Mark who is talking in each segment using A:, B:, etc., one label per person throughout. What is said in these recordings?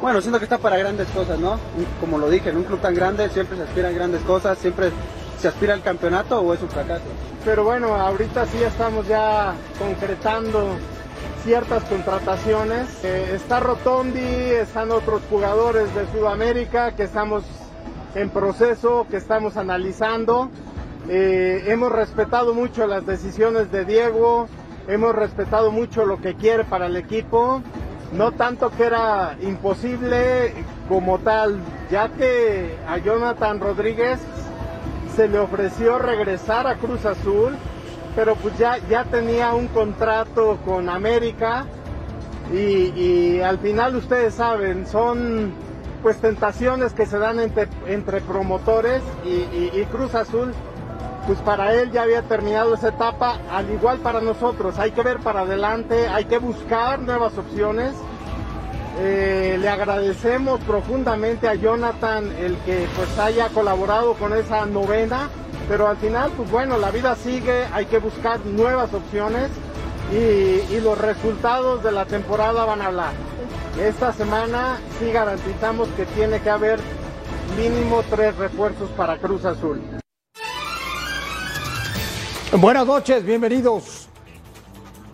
A: bueno, siento que está para grandes cosas, ¿no? Como lo dije, en un club tan grande siempre se aspiran grandes cosas, siempre se aspira al campeonato o es un fracaso.
B: Pero bueno, ahorita sí estamos ya concretando ciertas contrataciones. Eh, está Rotondi, están otros jugadores de Sudamérica que estamos en proceso, que estamos analizando. Eh, hemos respetado mucho las decisiones de Diego, hemos respetado mucho lo que quiere para el equipo, no tanto que era imposible como tal, ya que a Jonathan Rodríguez se le ofreció regresar a Cruz Azul, pero pues ya, ya tenía un contrato con América y, y al final ustedes saben, son pues tentaciones que se dan entre, entre promotores y, y, y, Cruz Azul, pues para él ya había terminado esa etapa, al igual para nosotros, hay que ver para adelante, hay que buscar nuevas opciones. Eh, le agradecemos profundamente a Jonathan el que pues haya colaborado con esa novena, pero al final pues bueno, la vida sigue, hay que buscar nuevas opciones y, y los resultados de la temporada van a hablar. Esta semana sí garantizamos que tiene que haber mínimo tres refuerzos para Cruz Azul.
C: Buenas noches, bienvenidos.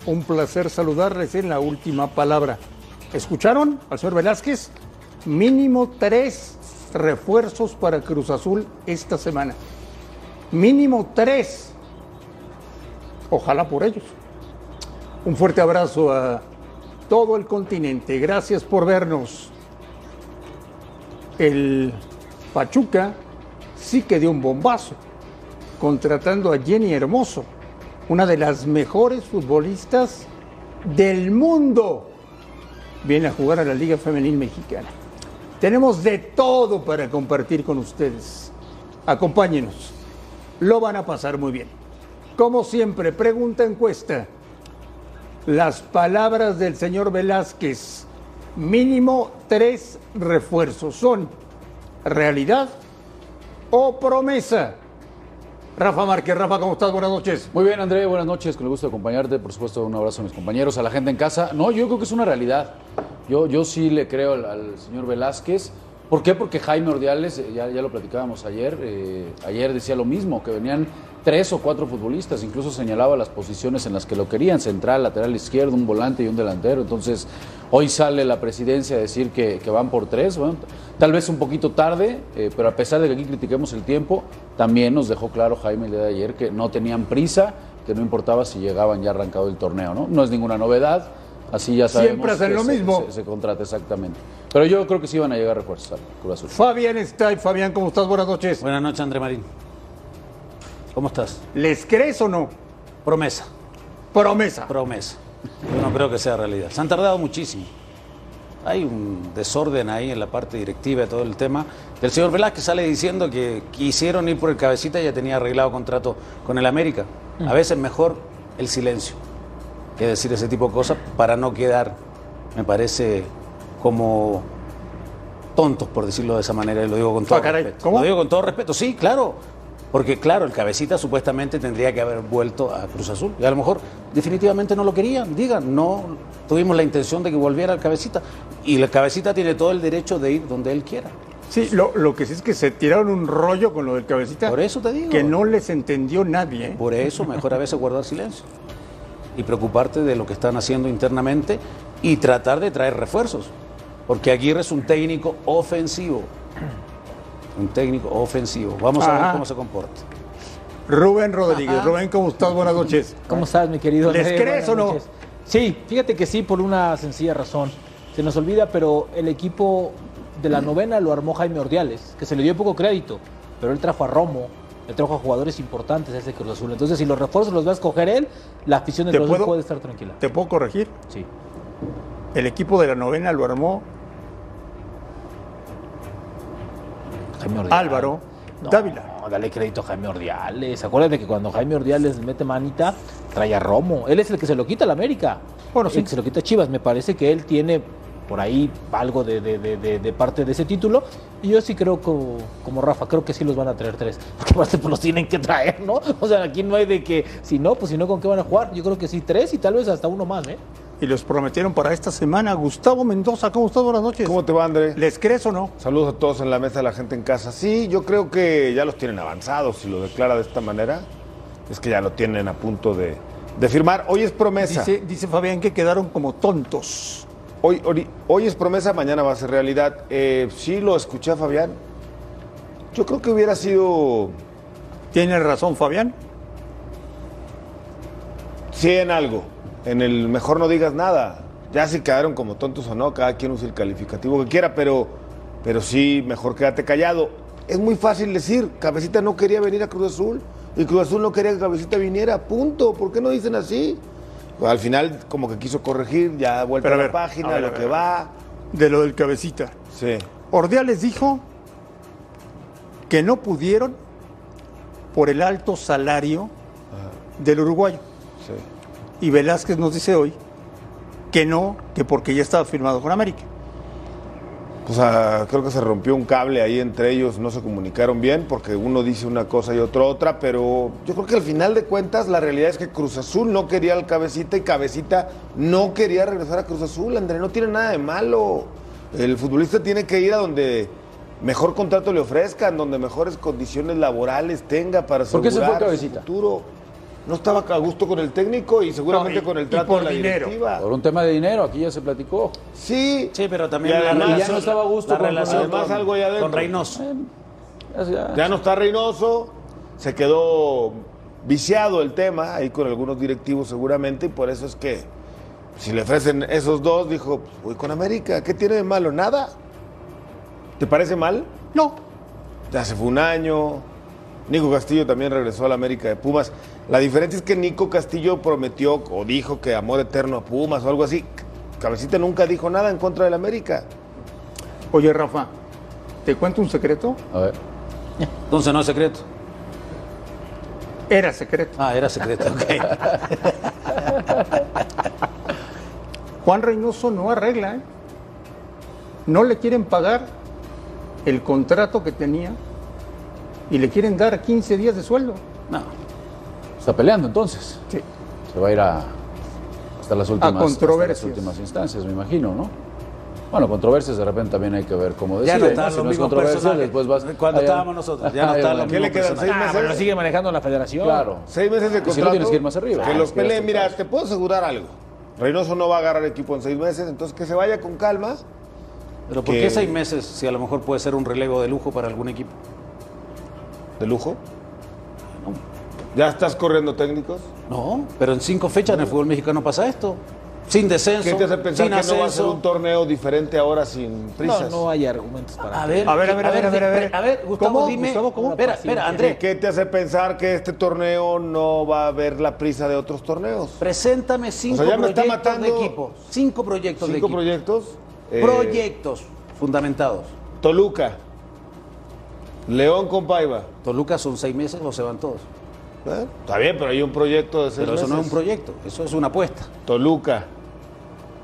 C: Un placer saludarles en la última palabra. ¿Escucharon al señor Velázquez? Mínimo tres refuerzos para Cruz Azul esta semana. Mínimo tres. Ojalá por ellos. Un fuerte abrazo a todo el continente. Gracias por vernos. El Pachuca sí que dio un bombazo, contratando a Jenny Hermoso, una de las mejores futbolistas del mundo. Viene a jugar a la Liga Femenil Mexicana. Tenemos de todo para compartir con ustedes. Acompáñenos. Lo van a pasar muy bien. Como siempre, pregunta encuesta las palabras del señor Velázquez. Mínimo tres refuerzos. Son realidad o promesa. Rafa Márquez, Rafa, ¿cómo estás? Buenas noches.
D: Muy bien, André, buenas noches, con el gusto de acompañarte. Por supuesto, un abrazo a mis compañeros, a la gente en casa. No, yo creo que es una realidad. Yo, yo sí le creo al, al señor Velázquez. ¿Por qué? Porque Jaime Ordiales, eh, ya, ya lo platicábamos ayer, eh, ayer decía lo mismo, que venían tres o cuatro futbolistas, incluso señalaba las posiciones en las que lo querían, central, lateral izquierdo, un volante y un delantero. Entonces, hoy sale la presidencia a decir que, que van por tres, bueno, tal vez un poquito tarde, eh, pero a pesar de que aquí critiquemos el tiempo, también nos dejó claro Jaime el día de ayer que no tenían prisa, que no importaba si llegaban ya arrancado el torneo, ¿no? No es ninguna novedad. Así ya sabemos.
C: Siempre hacen lo
D: se,
C: mismo.
D: Se, se, contrata exactamente. Pero yo creo que sí van a llegar refuerzos al Cruz Azul.
C: Fabián está y Fabián, ¿cómo estás? Buenas noches.
E: Buenas noches, André Marín. ¿Cómo estás?
C: ¿Les crees o no?
E: Promesa.
C: Promesa.
E: Promesa. Yo no creo que sea realidad. Se han tardado muchísimo. Hay un desorden ahí en la parte directiva de todo el tema. El señor Velázquez sale diciendo que quisieron ir por el cabecita y ya tenía arreglado contrato con el América. A veces mejor el silencio que decir ese tipo de cosas para no quedar, me parece, como tontos, por decirlo de esa manera, y lo digo con todo ah, caray, respeto. ¿Cómo? Lo digo con todo respeto, sí, claro. Porque claro, el cabecita supuestamente tendría que haber vuelto a Cruz Azul. Y a lo mejor definitivamente no lo querían. Digan, no tuvimos la intención de que volviera el cabecita. Y el cabecita tiene todo el derecho de ir donde él quiera.
C: Sí, lo, lo, que sí es que se tiraron un rollo con lo del cabecita.
E: Por eso te digo.
C: Que no les entendió nadie. ¿eh?
E: Por eso mejor a veces guardar silencio y preocuparte de lo que están haciendo internamente y tratar de traer refuerzos. Porque Aguirre es un técnico ofensivo. Un técnico ofensivo. Vamos Ajá. a ver cómo se comporta.
C: Rubén Rodríguez. Ajá. Rubén, ¿cómo estás? Buenas noches.
F: ¿Cómo estás, mi querido?
C: ¿Les André? crees Buenas o no? Noches.
F: Sí, fíjate que sí, por una sencilla razón. Se nos olvida, pero el equipo de la novena lo armó Jaime Ordiales, que se le dio poco crédito, pero él trajo a Romo, le trajo a jugadores importantes a ese Cruz Azul. Entonces, si los refuerzos los va a escoger él, la afición de Cruz Azul puede estar tranquila.
C: ¿Te puedo corregir?
F: Sí.
C: El equipo de la novena lo armó
F: Jaime Ordiales.
C: Álvaro
F: no,
C: Dávila.
F: No, dale crédito a Jaime Ordiales. Acuérdate que cuando Jaime Ordiales mete manita, trae a Romo. Él es el que se lo quita a la América. Bueno, sí. El que se lo quita a Chivas. Me parece que él tiene por ahí algo de, de, de, de, parte de ese título. Y yo sí creo, como, como, Rafa, creo que sí los van a traer tres. Porque aparte pues los tienen que traer, ¿no? O sea, aquí no hay de que, si no, pues si no, ¿con qué van a jugar? Yo creo que sí, tres y tal vez hasta uno más, ¿eh?
C: y los prometieron para esta semana. Gustavo Mendoza, ¿cómo estás? Buenas noches.
G: ¿Cómo te va, André?
C: ¿Les crees o no?
G: Saludos a todos en la mesa de la gente en casa. Sí, yo creo que ya los tienen avanzados, si lo declara de esta manera, es que ya lo tienen a punto de, de firmar. Hoy es promesa.
C: Dice, dice Fabián que quedaron como tontos.
G: Hoy, ori- hoy es promesa, mañana va a ser realidad. Eh, sí, lo escuché a Fabián. Yo creo que hubiera sido
C: Tiene razón, Fabián.
G: 100 en algo. En el mejor no digas nada. Ya si quedaron como tontos o no, cada quien usa el calificativo que quiera, pero, pero sí, mejor quédate callado. Es muy fácil decir, Cabecita no quería venir a Cruz Azul y Cruz Azul no quería que Cabecita viniera, punto. ¿Por qué no dicen así? Al final, como que quiso corregir, ya vuelta
C: Pero
G: a
C: a ver,
G: la página,
C: a ver, a
G: lo
C: ver,
G: que
C: a ver.
G: va.
C: De lo del cabecita.
G: Sí.
C: Ordeales dijo que no pudieron por el alto salario
E: Ah.
C: del uruguayo.
G: Sí.
C: Y Velázquez nos dice hoy que no, que porque ya estaba firmado con América.
G: Pues ah, creo que se rompió un cable ahí entre ellos, no se comunicaron bien porque uno dice una cosa y otro otra, pero yo creo que al final de cuentas la realidad es que Cruz Azul no quería al Cabecita y Cabecita no quería regresar a Cruz Azul, André, no tiene nada de malo. El futbolista tiene que ir a donde mejor contrato le ofrezcan, donde mejores condiciones laborales tenga para
D: ¿Por qué se fue
G: asegurar
D: Cabecita?
G: su futuro. No estaba a gusto con el técnico y seguramente
C: No, y-
G: con el
C: y
G: trato
C: por
G: de la
C: dinero.
G: directiva.
D: Por un tema de dinero, aquí ya se platicó.
G: Sí,
E: Sí, pero también
G: Y
E: la
G: además-
E: relación,
G: ya no
D: estaba a gusto
E: la
D: con-
E: relación
G: además
E: con,
G: algo ahí adentro.
E: con Reynoso.
D: Ya, ya.
G: Ya no está Reynoso, se quedó viciado el tema ahí con algunos directivos seguramente y por eso es que si le ofrecen esos dos, dijo, "Pues, voy con América, ¿qué tiene de malo? Nada. ¿Te parece mal?
C: No,
G: Ya se fue un año. Nico Castillo también regresó a la América de Pumas. La diferencia es que Nico Castillo prometió o dijo que amor eterno a Pumas o algo así. Cabecita nunca dijo nada en contra del América.
C: Oye, Rafa, ¿te cuento un secreto?
D: A ver.
E: Entonces no es secreto.
C: Era secreto.
E: Ah, era secreto, ok.
C: Juan Reynoso no arregla, ¿eh? No le quieren pagar el contrato que tenía y le quieren dar 15 días de sueldo.
E: No.
D: Está peleando entonces.
C: Sí.
D: Se va a ir a, hasta las últimas, hasta las
C: controversias.
D: últimas instancias, me imagino, ¿no? Bueno, controversias de repente también hay que ver cómo
E: Ya
D: deciden.
E: no están
D: Si
E: los
D: no es
E: mismos
D: controversia,
E: personajes.
D: después vas-
E: Cuando
D: Ah, ya.
E: estábamos nosotros, ya no
D: Ah,
E: están
D: ya,
E: los
G: ¿Qué
E: mismos
G: le quedan?
E: personajes.
G: ¿Seis
F: Ah, pero lo
G: meses?
F: sigue manejando la federación.
D: Claro.
G: Seis meses de
D: Y si no,
G: contrato.
D: tienes que ir más arriba.
G: Que los
D: Ah, que
G: peleen.
D: ya
G: Mira,
D: está.
G: te puedo asegurar algo. Reynoso no va a agarrar equipo en seis meses, entonces que se vaya con calma.
E: Pero ¿por
G: Que-
E: qué seis meses si a lo mejor puede ser un relevo de lujo para algún equipo?
G: De lujo. Ya estás corriendo técnicos.
E: No, pero en cinco fechas en el fútbol mexicano pasa esto. Sin descenso,
G: ¿Qué te hace pensar
E: sin
G: que no va a ser
E: ascenso.
G: un torneo diferente ahora sin
F: No,
G: prisas?
F: no hay argumentos para
E: a ver,
C: A ver, a ver, a ver, a ver, a ver.
E: a ver, Gustavo,
C: ¿Cómo?
E: dime.
C: Gustavo, ¿cómo?
E: Espera, espera, Andrés.
G: ¿Qué te hace pensar que este torneo no va a haber la prisa de otros torneos?
E: Preséntame cinco
G: ya me
E: proyectos
G: está
E: de
G: matando
E: equipo. Cinco proyectos
G: Cinco
E: de equipo.
G: proyectos. eh,
E: proyectos fundamentados.
G: Toluca. León con Paiva.
E: Toluca son seis meses o se van todos.
G: ¿Eh? Está bien, pero hay un proyecto de seis
E: Pero eso no es
G: meses.
E: un proyecto, eso es una apuesta.
G: Toluca,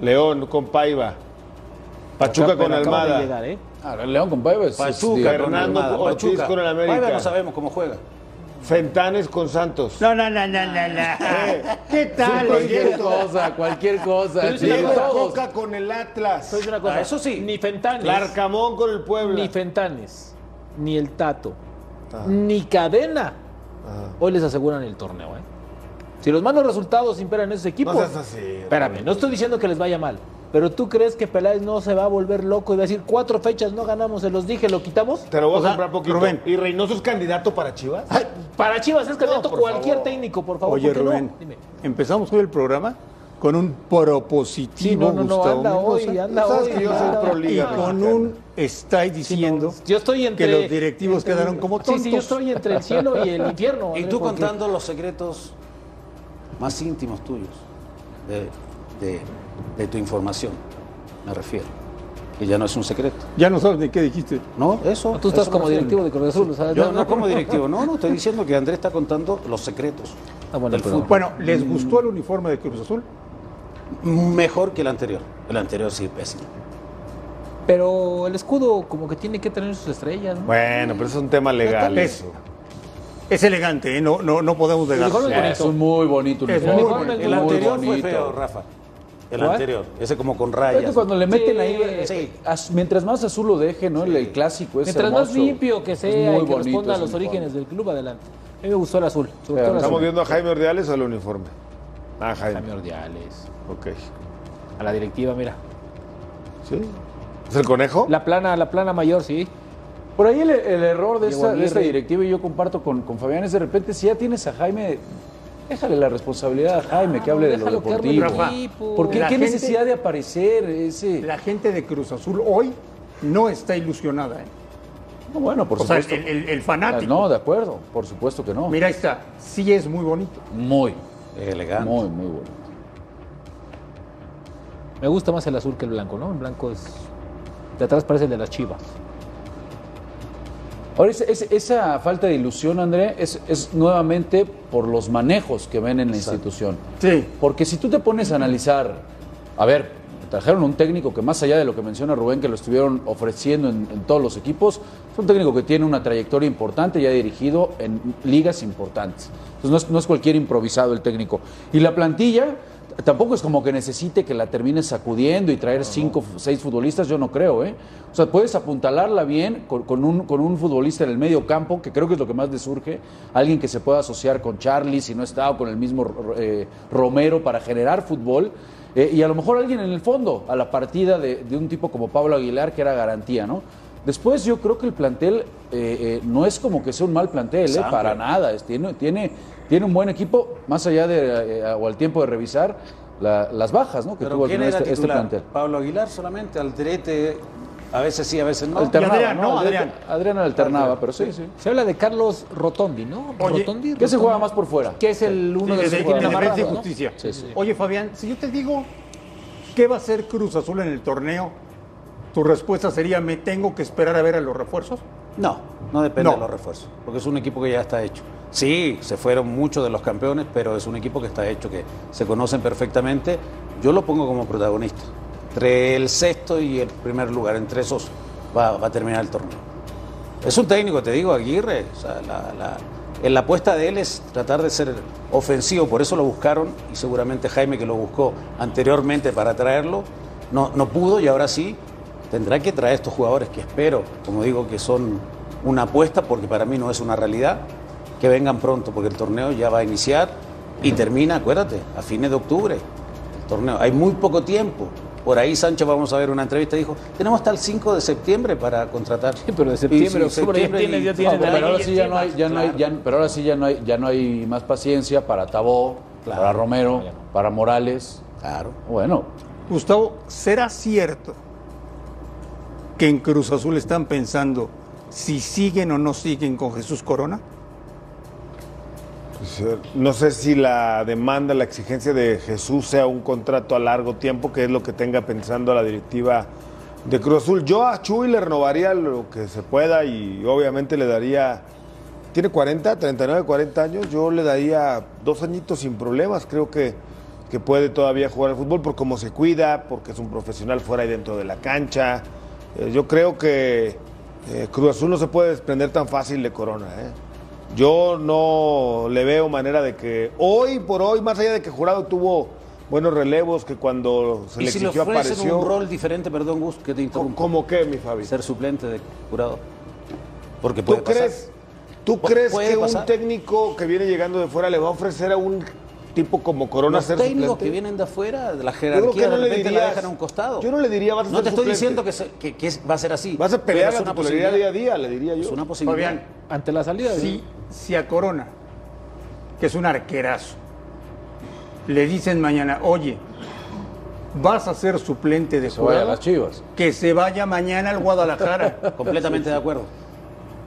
G: León con Paiva, Pachuca
F: Pero
G: con
F: acaba de
G: Almada.
F: llegar, ¿eh.
D: Ah, León con Paibes.
E: Pachuca,
G: Fernando
E: con Almada,
G: Ortiz
E: Pachuca.
G: con el América.
E: Paiva no sabemos cómo juega.
G: Fentanes con Santos. Eh,
C: No, no, no, no, no, no. ¿Qué tal?
D: Cualquier
G: proyecto.
D: cosa, cualquier cosa. sí,
G: Diego
D: todos.
G: Coca con el Atlas.
F: Te voy a decir una cosa.
E: Ah, eso sí.
F: Ni Fentanes.
G: Larcamón con el Puebla.
F: Ni Fentanes. Ni el Tato. Ni Cadena. Hoy les aseguran el torneo, ¿eh? Si los malos resultados imperan en esos equipos.
G: No seas así.
F: Espérame, no estoy diciendo que les vaya mal. Pero tú crees que Peláez no se va a volver loco y va a decir cuatro fechas no ganamos, se los dije, lo quitamos.
G: Te lo voy a
F: O sea,
G: comprar poquito.
C: Rubén.
G: ¿Y Reynoso es candidato para Chivas?
F: ay, Para Chivas es candidato
G: por
F: cualquier
G: favor.
F: técnico, por favor.
C: Oye,
F: ¿por qué no?
C: Rubén,
F: Dime.
C: empezamos hoy el programa con un propositivo
F: Sí, no, no, no,
C: Gustavo
F: anda
C: Mendoza,
F: hoy, anda
G: Tú sabes
F: hoy.
G: que yo soy
F: anda
G: pro
F: hoy.
G: liga,
C: y
G: Mexicana.
C: con un estáis diciendo
F: Yo estoy entre.
C: que los directivos
F: entre-
C: quedaron como tontos.
F: Sí, sí, yo estoy entre el cielo y el infierno.
E: Y
F: Andrés,
E: tú
F: porque-
E: contando los secretos más íntimos tuyos de, de- de tu información, me refiero. Que ya no es un secreto.
C: ya no sabes ni qué dijiste.
E: No, eso.
F: Ah, Tú estás
E: eso
F: como
E: no sirve.
F: directivo de Cruz Azul, ¿sabes?
E: Yo no como directivo, no, no, estoy diciendo que Andrés está contando los secretos
F: Ah, bueno,
E: del
F: pero-
E: fútbol.
C: Pues, Bueno, ¿les gustó el uniforme de Cruz Azul?
E: Mejor que el anterior. El anterior sí, pésimo.
F: Pero el escudo como que tiene que tener sus estrellas, ¿no?
G: Bueno, pero eso es un tema legal.
C: Es-
G: eso.
C: Es elegante, ¿eh? no, no, no podemos
F: El
C: negarlo.
F: uniforme
D: Ah, Es un muy bonito
C: Es
D: uniforme.
C: muy bonito.
E: El
D: muy
E: anterior fue
D: bonito.
E: feo, Rafa. El
F: ¿Cuál?
E: anterior. Ese como con
D: Es que
E: rayas.
D: cuando le meten
F: Sí,
D: ahí, eh,
E: sí.
D: as- mientras más azul lo deje, ¿no? El, el clásico es
F: Mientras más
D: hermoso.
F: limpio que
D: Es
F: sea
D: muy
F: y que
D: bonito
F: responda a
D: ese
F: los
D: uniforme.
F: orígenes del club, adelante. A mí me gustó el azul. Sobre
D: Claro,
F: todo el
D: estamos
G: ¿Estamos
F: azul.
G: viendo a Jaime Ordiales o al uniforme? Ah, Jaime.
F: Jaime Ordiales.
G: Ok.
F: A la directiva, mira.
G: ¿Sí? ¿Es el conejo?
F: La plana, la plana mayor, sí.
D: Por ahí el, el error de
F: Diego
D: esta, de esta
F: Aguirre.
D: directiva, y yo comparto con, con Fabián, es de repente, si ya tienes a Jaime, déjale la responsabilidad a Jaime que hable de lo
F: Ah, Déjalo que arme el
D: deportivo.
F: equipo.
D: ¿Por qué,
C: La
D: qué
C: gente-
D: necesidad de aparecer ese?
C: La gente de Cruz Azul hoy no está ilusionada. ¿eh?
D: No, bueno, por
C: O sea,
D: supuesto.
C: el, el- el
D: Ah,
C: fanático.
D: no, de acuerdo, por supuesto que no.
C: Mira, ahí está. Sí es muy bonito.
D: Muy,
E: Elegante.
D: muy, muy bueno.
F: Me gusta más el azul que el blanco, ¿no? El blanco es. De atrás parece el de las chivas.
D: Ahora, ese- ese- esa falta de ilusión, André, es, es nuevamente por los manejos que ven en la institución.
C: Sí.
D: Porque si tú te pones a analizar, a ver, trajeron un técnico que más allá de lo que menciona Rubén, que lo estuvieron ofreciendo en, en todos los equipos, es un técnico que tiene una trayectoria importante y ha dirigido en ligas importantes. Entonces no es, no es cualquier improvisado el técnico. Y la plantilla t- tampoco es como que necesite que la termine sacudiendo y traer cinco, seis futbolistas, yo no creo, ¿eh? O sea, puedes apuntalarla bien con, con un, con un futbolista en el medio campo, que creo que es lo que más le surge, alguien que se pueda asociar con Charlie si no está o con el mismo eh, Romero para generar fútbol. eh, y a lo mejor alguien en el fondo, a la partida de, de un tipo como Pablo Aguilar, que era garantía, ¿no? Después yo creo que el plantel eh, eh, no es como que sea un mal plantel, ¿eh?
E: Exacto.
D: para nada. es- tiene, tiene, tiene un buen equipo, más allá de, eh, o al tiempo de revisar la- las bajas ¿no? que
E: Pero
D: tuvo al
E: ¿quién
D: final
E: era
D: este, este
E: titular?
D: plantel.
E: Pablo Aguilar solamente, Alderete, a veces sí, a veces no.
D: Alternaba,
C: Adrián, ¿no?
D: Adrián. Adrián alternaba, pero sí, sí.
F: Se habla de Carlos Rotondi, ¿no?
H: Oye,
F: Rotondi.
D: ¿Qué se
F: Rotondi.
D: jugaba más por fuera?
F: Que es el uno de los que
H: de- de-
F: tienen
H: de
F: amarrado,
H: defensa y
F: ¿no?
H: justicia.
D: Sí, sí.
C: Oye, Fabián, si yo te digo qué va a hacer Cruz Azul en el torneo, tu respuesta sería, ¿me tengo que esperar a ver a los refuerzos?
E: No, no depende
C: No.
E: de los refuerzos, porque es un equipo que ya está hecho. Sí, se fueron muchos de los campeones, pero es un equipo que está hecho, que se conocen perfectamente. Yo lo pongo como protagonista. Entre el sexto y el primer lugar, entre esos, va, va a terminar el torneo. Es un técnico, te digo, Aguirre. o sea, la, la- en la apuesta de él es tratar de ser ofensivo, por eso lo buscaron y seguramente Jaime, que lo buscó anteriormente para traerlo, no, no pudo y ahora sí tendrá que traer estos jugadores que espero, como digo, que son una apuesta, porque para mí no es una realidad, que vengan pronto, porque el torneo ya va a iniciar y termina, acuérdate, a fines de octubre el torneo. Hay muy poco tiempo. Por ahí Sánchez, vamos a ver una entrevista, dijo, tenemos hasta el 5 de septiembre para contratar.
F: Sí, pero de septiembre,
E: Y sí,
F: octubre, ya
E: septiembre
F: tienes-
E: y-
F: ya
D: No,
F: tienes
D: pero
F: ahí
D: ahora sí ya no hay, ya no hay,
E: Claro.
D: ya- pero ahora sí ya no hay, ya no hay más paciencia para Tabó,
E: Claro.
D: para Romero,
F: No, ya no.
D: para Morales.
E: Claro.
D: Bueno,
C: Gustavo, ¿será cierto que en Cruz Azul están pensando si siguen o no siguen con Jesús Corona?
G: Pues, eh, No sé si la demanda, la exigencia de Jesús sea un contrato a largo tiempo, que es lo que tenga pensando la directiva de Cruz Azul. Yo a Chuy le renovaría lo que se pueda y obviamente le daría. Tiene 40, 39, 40 años. Yo le daría dos añitos sin problemas. Creo que, que puede todavía jugar al fútbol por cómo se cuida, porque es un profesional fuera y dentro de la cancha. Eh, yo creo que eh, Cruz Azul no se puede desprender tan fácil de Corona. ¿eh? Yo no le veo manera de que hoy por hoy, más allá de que Jurado tuvo buenos relevos, que cuando se
E: Y
G: le
E: si le
G: exigió
E: ofrecen
G: apareció.
E: un rol diferente, perdón, Gus, que te
G: ¿Cómo-
E: interrumpo.
G: ¿Cómo qué, mi Fabi?
E: Ser suplente de jurado. Porque puede
G: ¿Tú
E: pasar.
G: crees, ¿tú
E: Pu-
G: crees
E: puede
G: que
E: pasar.
G: un técnico que viene llegando de fuera le va a ofrecer a un tipo como Corona
E: Los
G: ser
E: técnicos
G: suplente?
E: que vienen de afuera, de la
G: Yo creo
E: jerarquía,
G: que no
E: de
G: le
E: repente la
G: dirías-
E: dejan a un costado.
G: Yo no le diría vas a
E: No
G: ser
E: te estoy
G: suplente.
E: diciendo que, se- que- que es- va a ser así.
G: Vas a pelear
E: Pero
G: la titularidad día a día, le diría yo.
E: Es una posibilidad.
C: Fabián,
F: Ante la salida de.
C: Si, si a Corona, que es un arquerazo, le dicen mañana, oye, vas a ser suplente de
D: se vaya a
C: jurado,
D: las chivas.
C: que se vaya mañana al Guadalajara.
E: Completamente de acuerdo.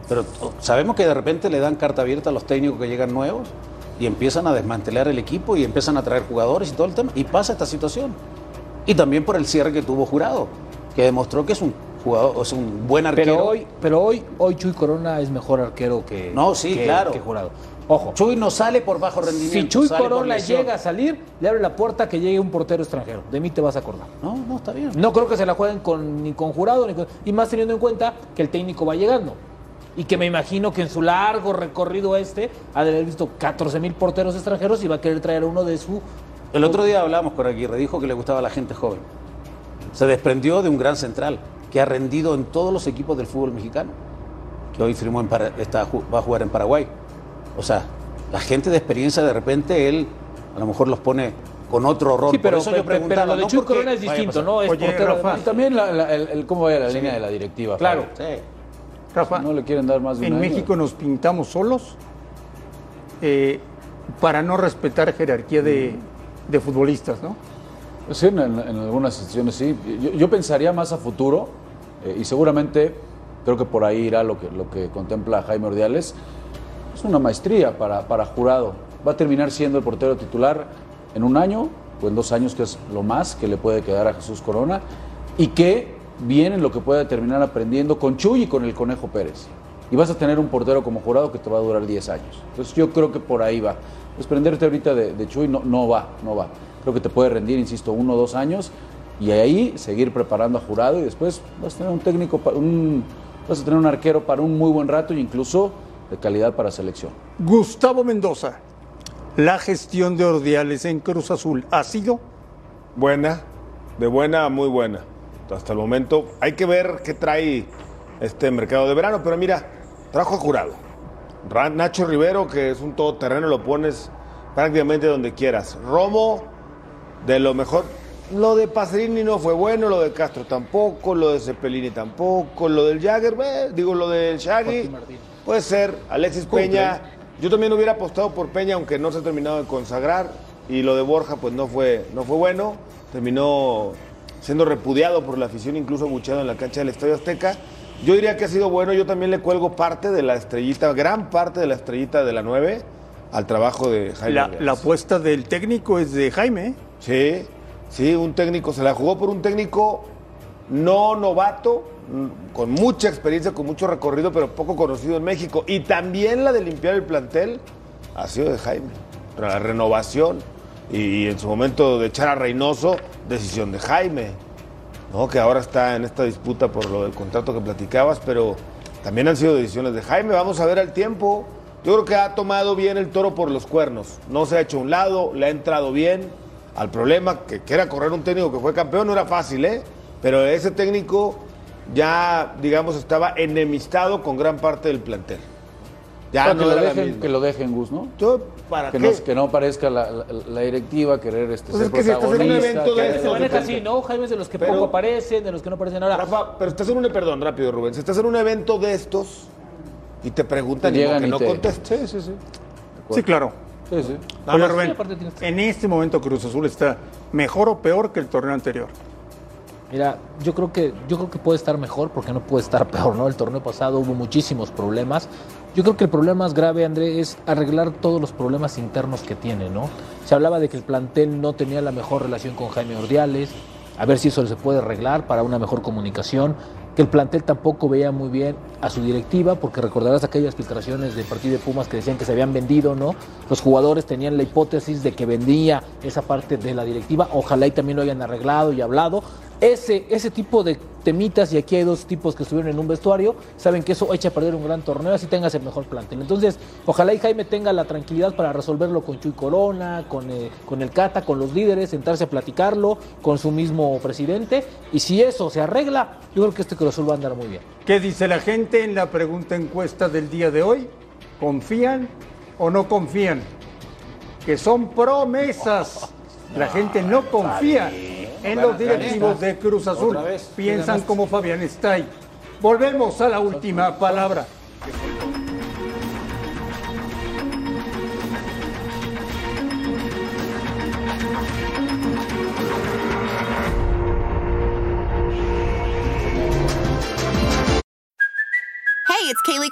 E: Pero o- sabemos que de repente le dan carta abierta a los técnicos que llegan nuevos y empiezan a desmantelar el equipo y empiezan a traer jugadores y todo el tema. Y pasa esta situación. Y también por el cierre que tuvo Jurado, que demostró que es un jugador, es un buen arquero.
F: Pero hoy, pero hoy, hoy Chuy Corona es mejor arquero que.
E: No, sí,
F: que-
E: claro.
F: Que este jurado. Ojo.
E: Chuy no sale por bajo rendimiento.
F: Si Chuy
E: sale por
F: Corona
E: lesión.
F: llega a salir, le abre la puerta que llegue un portero extranjero. De mí te vas a acordar.
E: No, no, está bien.
F: No creo que se la jueguen con, ni con jurado, ni con- y más teniendo en cuenta que el técnico va llegando. Y que me imagino que en su largo recorrido este ha de haber visto 14 mil porteros extranjeros y va a querer traer uno de su
E: El otro día hablábamos con Aguirre, dijo que le gustaba la gente joven. Se desprendió de un gran central que ha rendido en todos los equipos del fútbol mexicano, que hoy firmó en Para- está, ju- va a jugar en Paraguay. O sea, la gente de experiencia de repente él a lo mejor los pone con otro rol.
F: Sí, pero,
E: Por eso
F: pero-
E: yo
F: pero
E: preguntaba,
F: lo de
E: no
F: Chuy
E: porque
F: Corona es
E: vaya pues, a
F: distinto,
E: pasar.
F: ¿no? Es
C: Oye,
F: portero
C: Rafa.
F: de-
D: También la- la- el, el- cómo vaya la línea de la directiva.
F: Claro.
D: Fabio.
E: Sí.
C: Rafa,
D: No le quieren dar más de
C: en
D: un año.
C: México nos pintamos solos eh, para no respetar jerarquía de,
D: Mm.
C: de futbolistas, ¿no?
D: Sí, en, en- en algunas situaciones sí. Yo, yo pensaría más a futuro eh, y seguramente creo que por ahí irá lo que, lo que contempla Jaime Ordiales. Es una maestría para, para jurado. Va a terminar siendo el portero titular en un año o en dos años, que es lo más que le puede quedar a Jesús Corona. Y que viene lo que pueda terminar aprendiendo con Chuy y con el Conejo Pérez. Y vas a tener un portero como jurado que te va a durar 10 años. Entonces yo creo que por ahí va. Desprenderte ahorita de, de Chuy no, no va, no va. Creo que te puede rendir, insisto, uno o dos años y ahí seguir preparando a jurado y después vas a tener un técnico, pa- un, vas a tener un arquero para un muy buen rato e incluso de calidad para selección.
C: Gustavo Mendoza, la gestión de Ordiales en Cruz Azul ha sido
G: Buena, de buena a muy buena. Hasta el momento hay que ver qué trae este mercado de verano, pero mira, trajo a jurado. Ra- Nacho Rivero, que es un todoterreno, lo pones prácticamente donde quieras. Romo, de lo mejor. Lo de Pacerini no fue bueno, lo de Castro tampoco, lo de Cepelini tampoco, lo del Jagger, eh, digo, lo del Shaggy. Puede ser, Alexis Peña. Yo también hubiera apostado por Peña, aunque no se ha terminado de consagrar. Y lo de Borja, pues no fue, no fue bueno. Terminó siendo repudiado por la afición, incluso abucheado en la cancha del Estadio Azteca. Yo diría que ha sido bueno. Yo también le cuelgo parte de la estrellita, gran parte de la estrellita de la 9 al trabajo de Jaime.
C: la,
G: Ordiales.
C: la apuesta del técnico es de Jaime. ¿eh?
G: Sí, sí, un técnico, se la jugó por un técnico no novato, mm, con mucha experiencia, con mucho recorrido, pero poco conocido en México. Y también la de limpiar el plantel ha sido de Jaime. La renovación y en su momento de echar a Reynoso, decisión de Jaime, ¿no? que ahora está en esta disputa por lo del contrato que platicabas, pero también han sido decisiones de Jaime. Vamos a ver al tiempo. Yo creo que ha tomado bien el toro por los cuernos. No se ha hecho a un lado, le ha entrado bien al problema que, que era correr un técnico que fue campeón. No era fácil, ¿eh? Pero ese técnico ya, digamos, estaba enemistado con gran parte del plantel. Ya
D: Para
G: Ah, no
D: que, lo
G: era la
D: dejen,
G: misma.
D: que lo dejen, Gus, ¿no?
G: Yo, ¿para
D: Que
G: qué?
D: no, que no parezca la, la- la directiva querer este,
G: Pues
D: ser
G: es que si estás en un
D: protagonista,
G: evento de
D: querer-
G: esos,
F: Se maneja
G: Pero-
F: así, ¿no? Jaime es de los que
G: Pero-
F: poco aparecen, de los que no aparecen ahora.
G: Rafa, pero estás en un perdón, rápido, Rubén. Si estás en un evento de estos y te preguntan y como
D: llegan
G: que
D: y
G: no
D: te-
G: contestas.
D: Sí, sí, sí.
C: Sí, claro.
D: Sí, sí.
G: Nada
C: Oye,
G: más.
C: Rubén,
F: Sí, aparte tienes-
C: en este momento Cruz Azul está mejor o peor que el torneo anterior.
F: Mira, yo creo que yo creo que puede estar mejor porque no puede estar peor, ¿no? El torneo pasado hubo muchísimos problemas. Yo creo que el problema más grave, André, es arreglar todos los problemas internos que tiene, ¿no? Se hablaba de que el plantel no tenía la mejor relación con Jaime Ordiales, a ver si eso se puede arreglar para una mejor comunicación, que el plantel tampoco veía muy bien a su directiva, porque recordarás aquellas filtraciones del partido de Pumas que decían que se habían vendido, ¿no? Los jugadores tenían la hipótesis de que vendía esa parte de la directiva, ojalá y también lo hayan arreglado y hablado. Ese, ese tipo de temitas, y aquí hay dos tipos que estuvieron en un vestuario, saben que eso echa a perder un gran torneo, así tengas el mejor plantel. Entonces, ojalá y Jaime tenga la tranquilidad para resolverlo con Chuy Corona, con, eh, con el Cata, con los líderes, sentarse a platicarlo, con su mismo presidente, y si eso se arregla, yo creo que este Cruz Azul va a andar muy bien.
C: ¿Qué dice la gente en la pregunta encuesta del día de hoy? ¿Confían o no confían? Que son promesas. La gente no confía en los directivos de Cruz Azul. Piensan como Fabián Estay. Volvemos a la última palabra.
H: Hey, it's Kaylee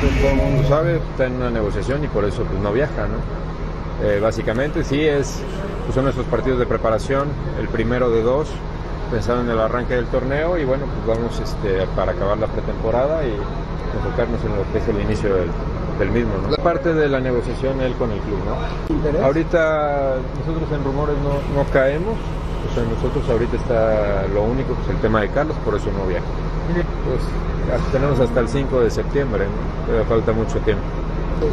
I: Todo el mundo sabe, está en una negociación y por eso pues, no viaja, ¿no? Eh, básicamente, sí, es, pues son esos partidos de preparación, el primero de dos, pensando en el arranque del torneo y bueno, pues vamos este, para acabar la pretemporada y enfocarnos en lo que es el inicio del, del mismo. ¿no? La parte de la negociación él con el club, ¿no?
A: ¿Interés?
I: Ahorita nosotros en rumores no, no caemos, o sea, nosotros ahorita está lo único, pues el tema de Carlos, por eso no viaja. Pues hasta- tenemos hasta el 5 de septiembre, ¿no? Todavía falta mucho tiempo.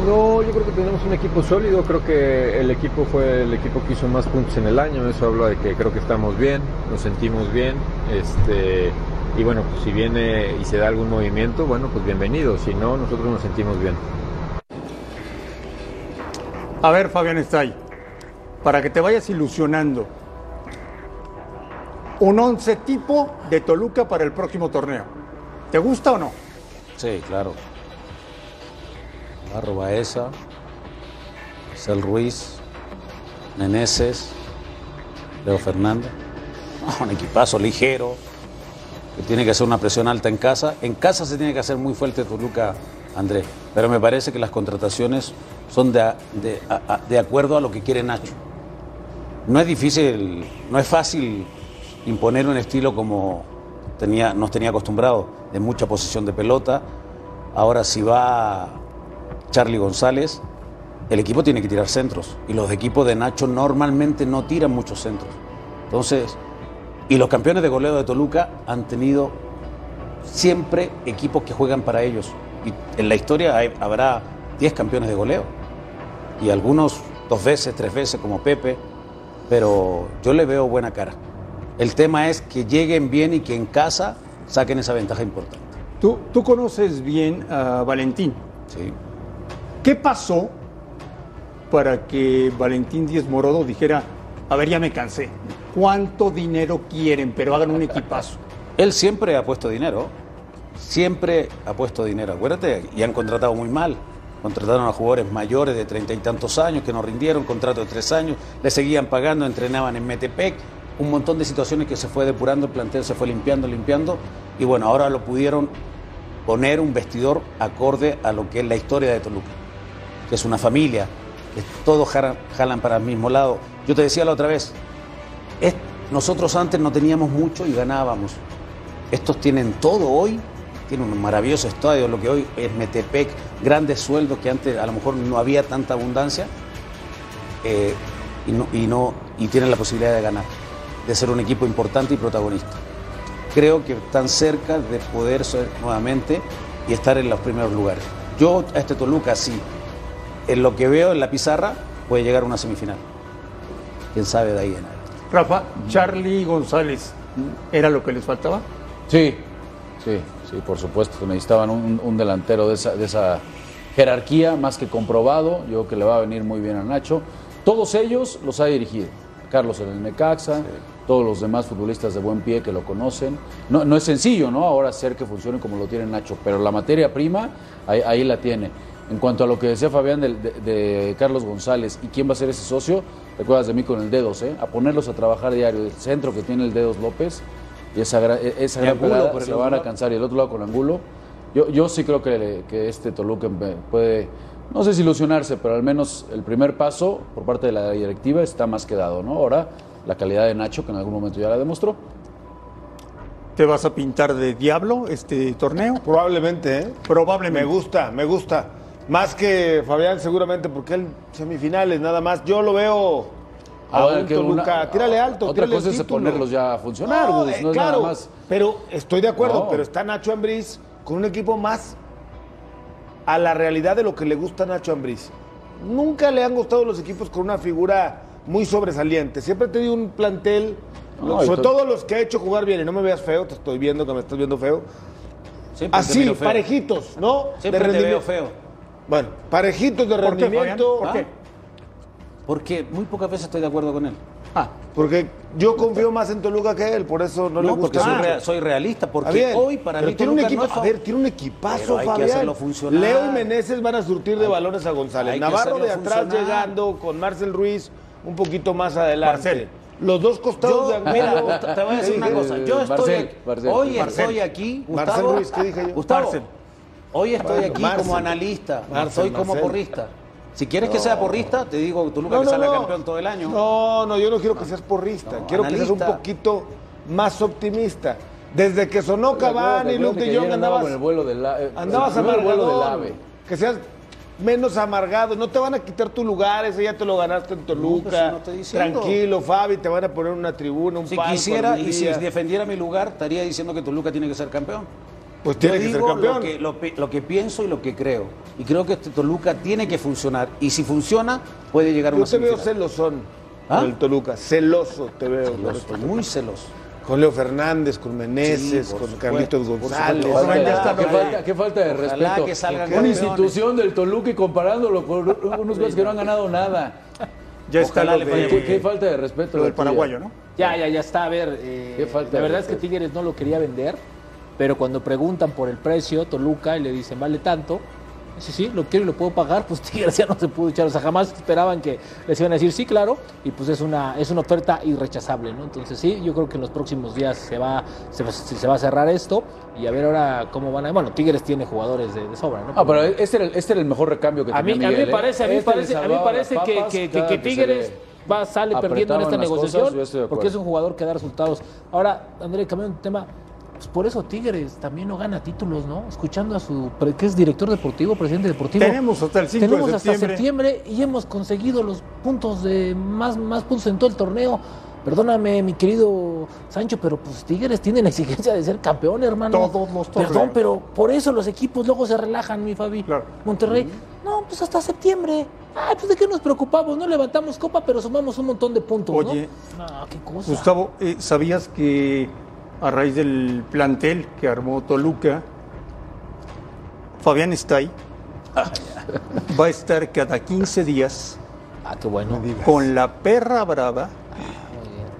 I: No, yo creo que tenemos un equipo sólido, creo que el equipo fue el equipo que hizo más puntos en el año, eso habla de que creo que estamos bien, nos sentimos bien, este y bueno, pues si viene y se da algún movimiento, bueno, pues bienvenido, si no, nosotros nos sentimos bien.
C: A ver, Fabián Estay, para que te vayas ilusionando, un once tipo de Toluca para el próximo torneo. ¿Te gusta o no?
E: Sí, claro. Navarro Baeza, Marcel Ruiz, Meneses, Leo Fernández. No, un equipazo ligero, que tiene que hacer una presión alta en casa. En casa se tiene que hacer muy fuerte Toluca, Andrés. Pero me parece que las contrataciones son de, a- de a- a- de acuerdo a lo que quiere Nacho. No es difícil, no es fácil imponer un estilo como tenía, nos tenía acostumbrado, de mucha posesión de pelota. Ahora si va Charlie González, el equipo tiene que tirar centros. Y los equipos de Nacho normalmente no tiran muchos centros. Entonces, y los campeones de goleo de Toluca han tenido siempre equipos que juegan para ellos. Y en la historia hay- habrá 10 campeones de goleo. Y algunos dos veces, tres veces, como Pepe. Pero yo le veo buena cara. El tema es que lleguen bien y que en casa saquen esa ventaja importante.
C: Tú, tú conoces bien a Valentín.
E: Sí.
C: ¿Qué pasó para que Valentín Díez Morodo dijera, a ver, ya me cansé, cuánto dinero quieren, pero hagan un equipazo?
E: Él siempre ha puesto dinero. Siempre ha puesto dinero, acuérdate. Y han contratado muy mal. Contrataron a jugadores mayores de treinta y tantos años que no rindieron, contrato de tres años, le seguían pagando, entrenaban en Metepec. Un montón de situaciones que se fue depurando, el plantel se fue limpiando, limpiando. Y bueno, ahora lo pudieron poner un vestidor acorde a lo que es la historia de Toluca, que es una familia, que todos jalan, jalan para el mismo lado. Yo te decía la otra vez, es- nosotros antes no teníamos mucho y ganábamos. Estos tienen todo hoy, tienen un maravilloso estadio, lo que hoy es Metepec, grandes sueldos que antes a lo mejor no había tanta abundancia eh, y, no, y, no, y tienen la posibilidad de ganar, de ser un equipo importante y protagonista. Creo que están cerca de poder ser nuevamente y estar en los primeros lugares. Yo a este Toluca, sí, en lo que veo en la pizarra, puede llegar a una semifinal. ¿Quién sabe de ahí en adelante?
C: Rafa, Charlie González, ¿era lo que les faltaba?
D: Sí, sí, sí, por supuesto. Necesitaban un, un delantero de esa, de esa jerarquía, más que comprobado. Yo creo que le va a venir muy bien a Nacho. Todos ellos los ha dirigido. Carlos en el Necaxa, todos los demás futbolistas de buen pie que lo conocen. No, no es sencillo, ¿no? Ahora hacer que funcione como lo tiene Nacho, pero la materia prima ahí, ahí la tiene. En cuanto a lo que decía Fabián del- de, de Carlos González y quién va a ser ese socio, recuerdas de mí con el Dedos, ¿eh? A ponerlos a trabajar diario. El centro que tiene el Dedos López y esa, gra- e- esa
E: Y
D: gran
E: Angulo,
D: pegada
E: por el
D: se
E: otro
D: van a
E: lado.
D: cansar. Y el otro lado con Angulo, yo, yo sí creo que, que este Toluca empe- puede, no sé si ilusionarse, pero al menos el primer paso por parte de la directiva está más que dado, ¿no? Ahora, la calidad de Nacho, que en algún momento ya la demostró.
C: ¿Te vas a pintar de diablo este torneo?
G: Probablemente, ¿eh?
C: Probablemente.
G: Me gusta, me gusta. Más que Fabián, seguramente, porque él semifinales, nada más. Yo lo veo a
D: Ahora
G: un
D: que una-
G: Toluca. Tírale alto,
D: Otra
G: tírale el
D: cosa es
G: título.
D: ponerlos ya a funcionar,
G: No,
D: Gudis,
G: eh,
D: no es
G: claro,
D: nada más.
G: Pero estoy de acuerdo,
D: No.
G: pero está Nacho Ambriz con un equipo más a la realidad de lo que le gusta a Nacho Ambriz. Nunca le han gustado los equipos con una figura muy sobresaliente. Siempre he tenido un plantel,
D: No, y
G: sobre
D: to-
G: todo los que ha hecho jugar bien. Y no me veas feo, te estoy viendo que me estás viendo feo.
E: Siempre te
G: Así,
E: miro feo.
G: parejitos, ¿no?
E: Siempre te
G: rendimiento.
E: veo feo.
G: Bueno, parejitos de
C: ¿Por qué,
G: rendimiento. ¿ah?
C: Fabián? ¿Por qué?
E: Porque muy pocas veces estoy de acuerdo con él.
C: Ah,
G: Porque yo confío más en Toluca que él, por eso no, le
E: porque
G: gusta.
E: soy,
G: mucho.
E: rea- soy realista. Porque
G: Está bien,
E: hoy para
G: pero
E: mí
G: tiene un
E: Toluca
G: equipo,
E: no es
G: a
E: fa-
G: ver, tiene un equipazo,
E: Pero hay que
G: Fabián.
E: hacerlo funcionar.
G: Leo y Meneses van a surtir de balones a González.
E: Hay que
G: Navarro
E: hacerlo
G: de atrás
E: funcionar.
G: llegando con Marcel Ruiz un poquito más adelante.
C: Marcel.
G: Los dos costados
E: Yo,
G: de
E: mira,
G: Angulo.
E: Gust- te voy a decir una
G: Sí,
E: cosa. Yo
D: Eh,
E: estoy
D: Marcel,
E: aquí-
D: Marcel.
E: hoy
D: Marcel.
E: estoy aquí,
G: Marcel
E: Gustavo.
G: Ruiz, ¿qué dije yo?
E: Gustavo,
G: Marcel.
E: hoy estoy
G: Bueno,
E: aquí
G: Marcel.
E: como analista, no
G: Marcel,
E: soy como
G: Marcel.
E: porrista. Si quieres que sea porrista, te digo Toluca que salga campeón todo el año.
G: No, no, yo no quiero que seas porrista.
E: No,
G: quiero que seas un
E: analista.
G: poquito más optimista. Desde que sonó Cavani y Luke de Jong andabas,
D: con el vuelo del ave.
G: andabas
D: con el vuelo del
G: amargado.
D: ave.
G: Que seas menos amargado. No te van a quitar tu lugar, ese ya te lo ganaste en
E: pues,
G: Toluca.
E: no estoy diciendo.
G: Tranquilo, Fabi, te van a poner una tribuna, un
E: Si
G: palco
E: quisiera
G: algún
E: y si
G: día.
E: defendiera mi lugar, estaría diciendo que Toluca tiene que ser campeón.
G: Pues tiene
E: Yo
G: que ser
E: digo
G: campeón.
E: Lo que, lo pi- lo que pienso y lo que creo. Y creo que este Toluca tiene que funcionar. Y si funciona, puede llegar a
G: Yo
E: una
G: te veo
E: semifinal.
G: celosón
E: ¿Ah?
G: con el Toluca. Celoso te veo. con el
E: Celoso,
G: Toluca.
E: muy celoso.
G: Con Leo Fernández, con Meneses,
E: Sí, por
G: con
E: supuesto,
G: Carlitos
E: por supuesto.
G: González.
E: Ojalá,
D: Ojalá,
E: ya está,
D: qué,
E: ojalá.
D: falta, qué falta de
E: Ojalá
D: respeto.
E: que salgan
D: una
E: campeones.
D: institución del Toluca y comparándolo con unos güeyes que no han ganado nada.
C: Ya está
E: Ojalá
C: lo,
E: le
C: de-
D: Qué, qué falta de respeto.
C: lo del
D: la tuya.
C: paraguayo, ¿no?
F: Ya, ya, ya está. A ver, eh,
D: Qué falta
F: la
D: de
F: verdad es que
D: respeto.
F: Tigres no lo quería vender, pero cuando preguntan por el precio, Toluca, y le dicen, vale tanto. Sí, sí, lo quiero y lo puedo pagar, pues Tigres ya no se pudo echar. O sea, jamás esperaban que les iban a decir sí, claro, y pues es una, es una oferta irrechazable, ¿no? Entonces sí, yo creo que en los próximos días se va, se, va- se va a cerrar esto y a ver ahora cómo van a. Bueno, Tigres tiene jugadores de, de sobra, ¿no?
D: Ah, pero este era, el, este era el mejor recambio que
F: a mí,
D: tenía
F: a mí me
D: Miguel, ¿eh?
F: parece, a mí,
D: Este le
F: parece, a mí
D: salvaba
F: parece
D: las
F: que,
D: papas
F: que- que-
D: cada
F: que
D: se
F: Tigres
D: le-
F: va, sale perdiendo
D: apretaban
F: en esta
D: las cosas,
F: negociación
D: yo estoy de
F: porque es
D: acuerdo.
F: un jugador que da resultados. Ahora, André, cambiando de tema, pues por eso Tigres también no gana títulos, ¿no? Escuchando a su, pre- que es director deportivo, presidente deportivo.
C: Tenemos hasta el 5 de
F: Tenemos hasta
C: septiembre.
F: septiembre y hemos conseguido los puntos de más, más puntos en todo el torneo. Perdóname, mi querido Sancho, pero pues Tigres tienen la exigencia de ser campeón, hermano.
C: Todos los torneos.
F: Perdón, pero por eso los equipos luego se relajan, mi Fabi.
C: Claro.
F: Monterrey, no, pues hasta septiembre. Ay, pues de qué nos preocupamos, no levantamos copa, pero sumamos un montón de puntos,
C: Oye,
F: ¿no? No, qué cosa.
C: Gustavo, eh, ¿sabías que a raíz del plantel que armó Toluca, Fabián Stay va a estar cada 15 días
F: Ah, qué bueno.
C: con la perra brava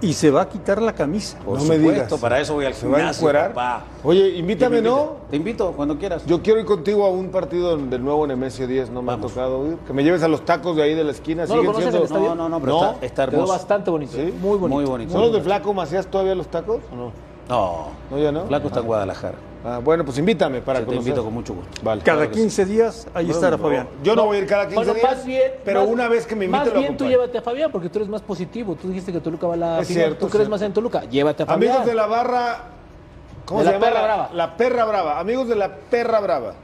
C: y se va a quitar la camisa?
G: no me digas.
E: para eso voy al
G: ¿Se va a
E: gimnasio,
G: encuerar?
E: papá.
G: Oye, invítame, ¿no?
E: Te invito cuando quieras.
G: Yo quiero ir contigo a un partido del nuevo Nemesio 10, no me
E: Vamos.
G: ha tocado ir. Que me lleves a los tacos de ahí de la esquina.
F: ¿No lo
G: ¿Siguen
F: conoces
G: siendo-
F: el estadio?
E: no, no, no, pero
G: ¿No?
E: está, está
F: Quedó
E: hermoso.
F: bastante bonito,
G: Sí.
F: muy bonito.
E: Muy bonito.
G: ¿Son los de Flaco Macías todavía los tacos? ¿O no?
E: No,
G: No, ya no.
E: Flaco está en Guadalajara.
G: Ah, bueno, pues invítame para
E: Yo te
G: conocer.
E: invito con mucho gusto.
G: Vale.
C: Cada
G: Claro que sí.
C: 15 días ahí estará Fabián.
G: Yo no voy a ir cada 15
F: Bueno,
G: días.
F: más bien,
G: pero
F: más-
G: una vez que me invite
F: Más
G: lo
F: bien tú
G: acompaño.
F: llévate a Fabián porque tú eres más positivo. Tú dijiste que Toluca va a la
G: Es
F: final.
G: cierto,
F: tú crees
G: cierto.
F: más en Toluca. Llévate a Fabián.
G: Amigos de la barra. ¿Cómo
F: De
G: se
F: la
G: llama?
F: Perra Brava.
G: La perra brava. Amigos de la perra brava.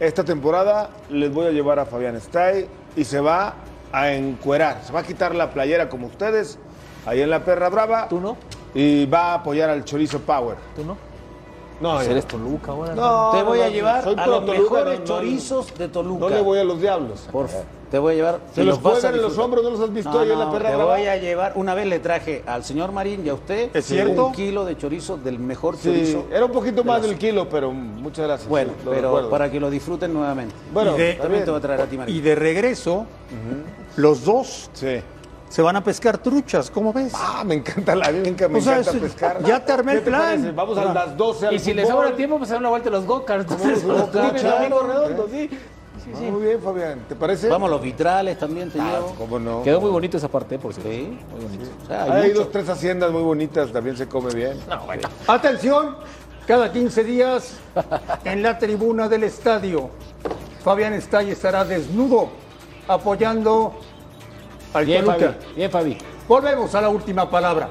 G: Esta temporada les voy a llevar a Fabián Stay y se va a encuerar. Se va a quitar la playera como ustedes, ahí en la perra brava.
F: ¿Tú no?
G: Y va a apoyar al Chorizo Power.
F: ¿Tú no?
G: No,
F: Pues
G: ya.
F: eres Toluca ahora.
G: No,
E: te
G: no,
E: voy
G: no,
E: a llevar
G: soy
E: a
G: pro
E: los
G: Toluca,
E: mejores
G: no, no,
E: chorizos de Toluca.
G: No, le voy a los diablos.
E: Por fa- te voy a llevar.
G: Se
E: y vas a
G: los cuelgan en los
E: disfrutar.
G: hombros, ¿no los has visto
E: No,
G: ahí en
E: no,
G: la perra
E: Te
G: brava?
E: voy a llevar. Una vez le traje al señor Marín y a usted
C: ¿Es cierto?
E: un kilo de chorizo del mejor
G: Sí,
E: chorizo.
G: era un poquito
E: de
G: más
E: la-
G: del kilo, pero muchas gracias.
E: Bueno,
G: lo
E: pero
G: recuerdo.
E: para que lo disfruten nuevamente.
G: Bueno,
C: Y de-
G: está
E: También
G: bien.
E: te voy a traer a ti, Marín.
C: Y de regreso, los dos
G: Sí.
C: se van a pescar truchas, ¿cómo ves?
G: Ah, me encanta la brinca, me
C: O sea,
G: encanta
C: es-
G: pescar.
C: ya te armé
G: ¿Qué
C: el plan.
G: parece? Vamos a las 12 al
F: Y si les
G: fútbol.
F: sobra tiempo, pues se dan una vuelta a los go-karts. Entonces,
G: ¿eh? Vamos,
F: los tienen
G: claro.
F: domingo redondo, sí.
G: Ah, Muy bien, Fabián. ¿Te parece?
E: Vamos, los vitrales también te
G: Ah,
E: llevo.
G: ¿Cómo no?
F: Quedó muy bonito esa parte, por cierto.
E: Sí.
F: Muy bonito.
E: O sea, hay
G: Hay,
E: mucho.
G: dos, tres haciendas muy bonitas, también se come bien.
C: Atención, cada 15 días en la tribuna del estadio, Fabián Estay estará desnudo apoyando al
F: Bien, Fabi.
C: Toluca.
F: Bien, Fabi.
C: Volvemos a la última palabra.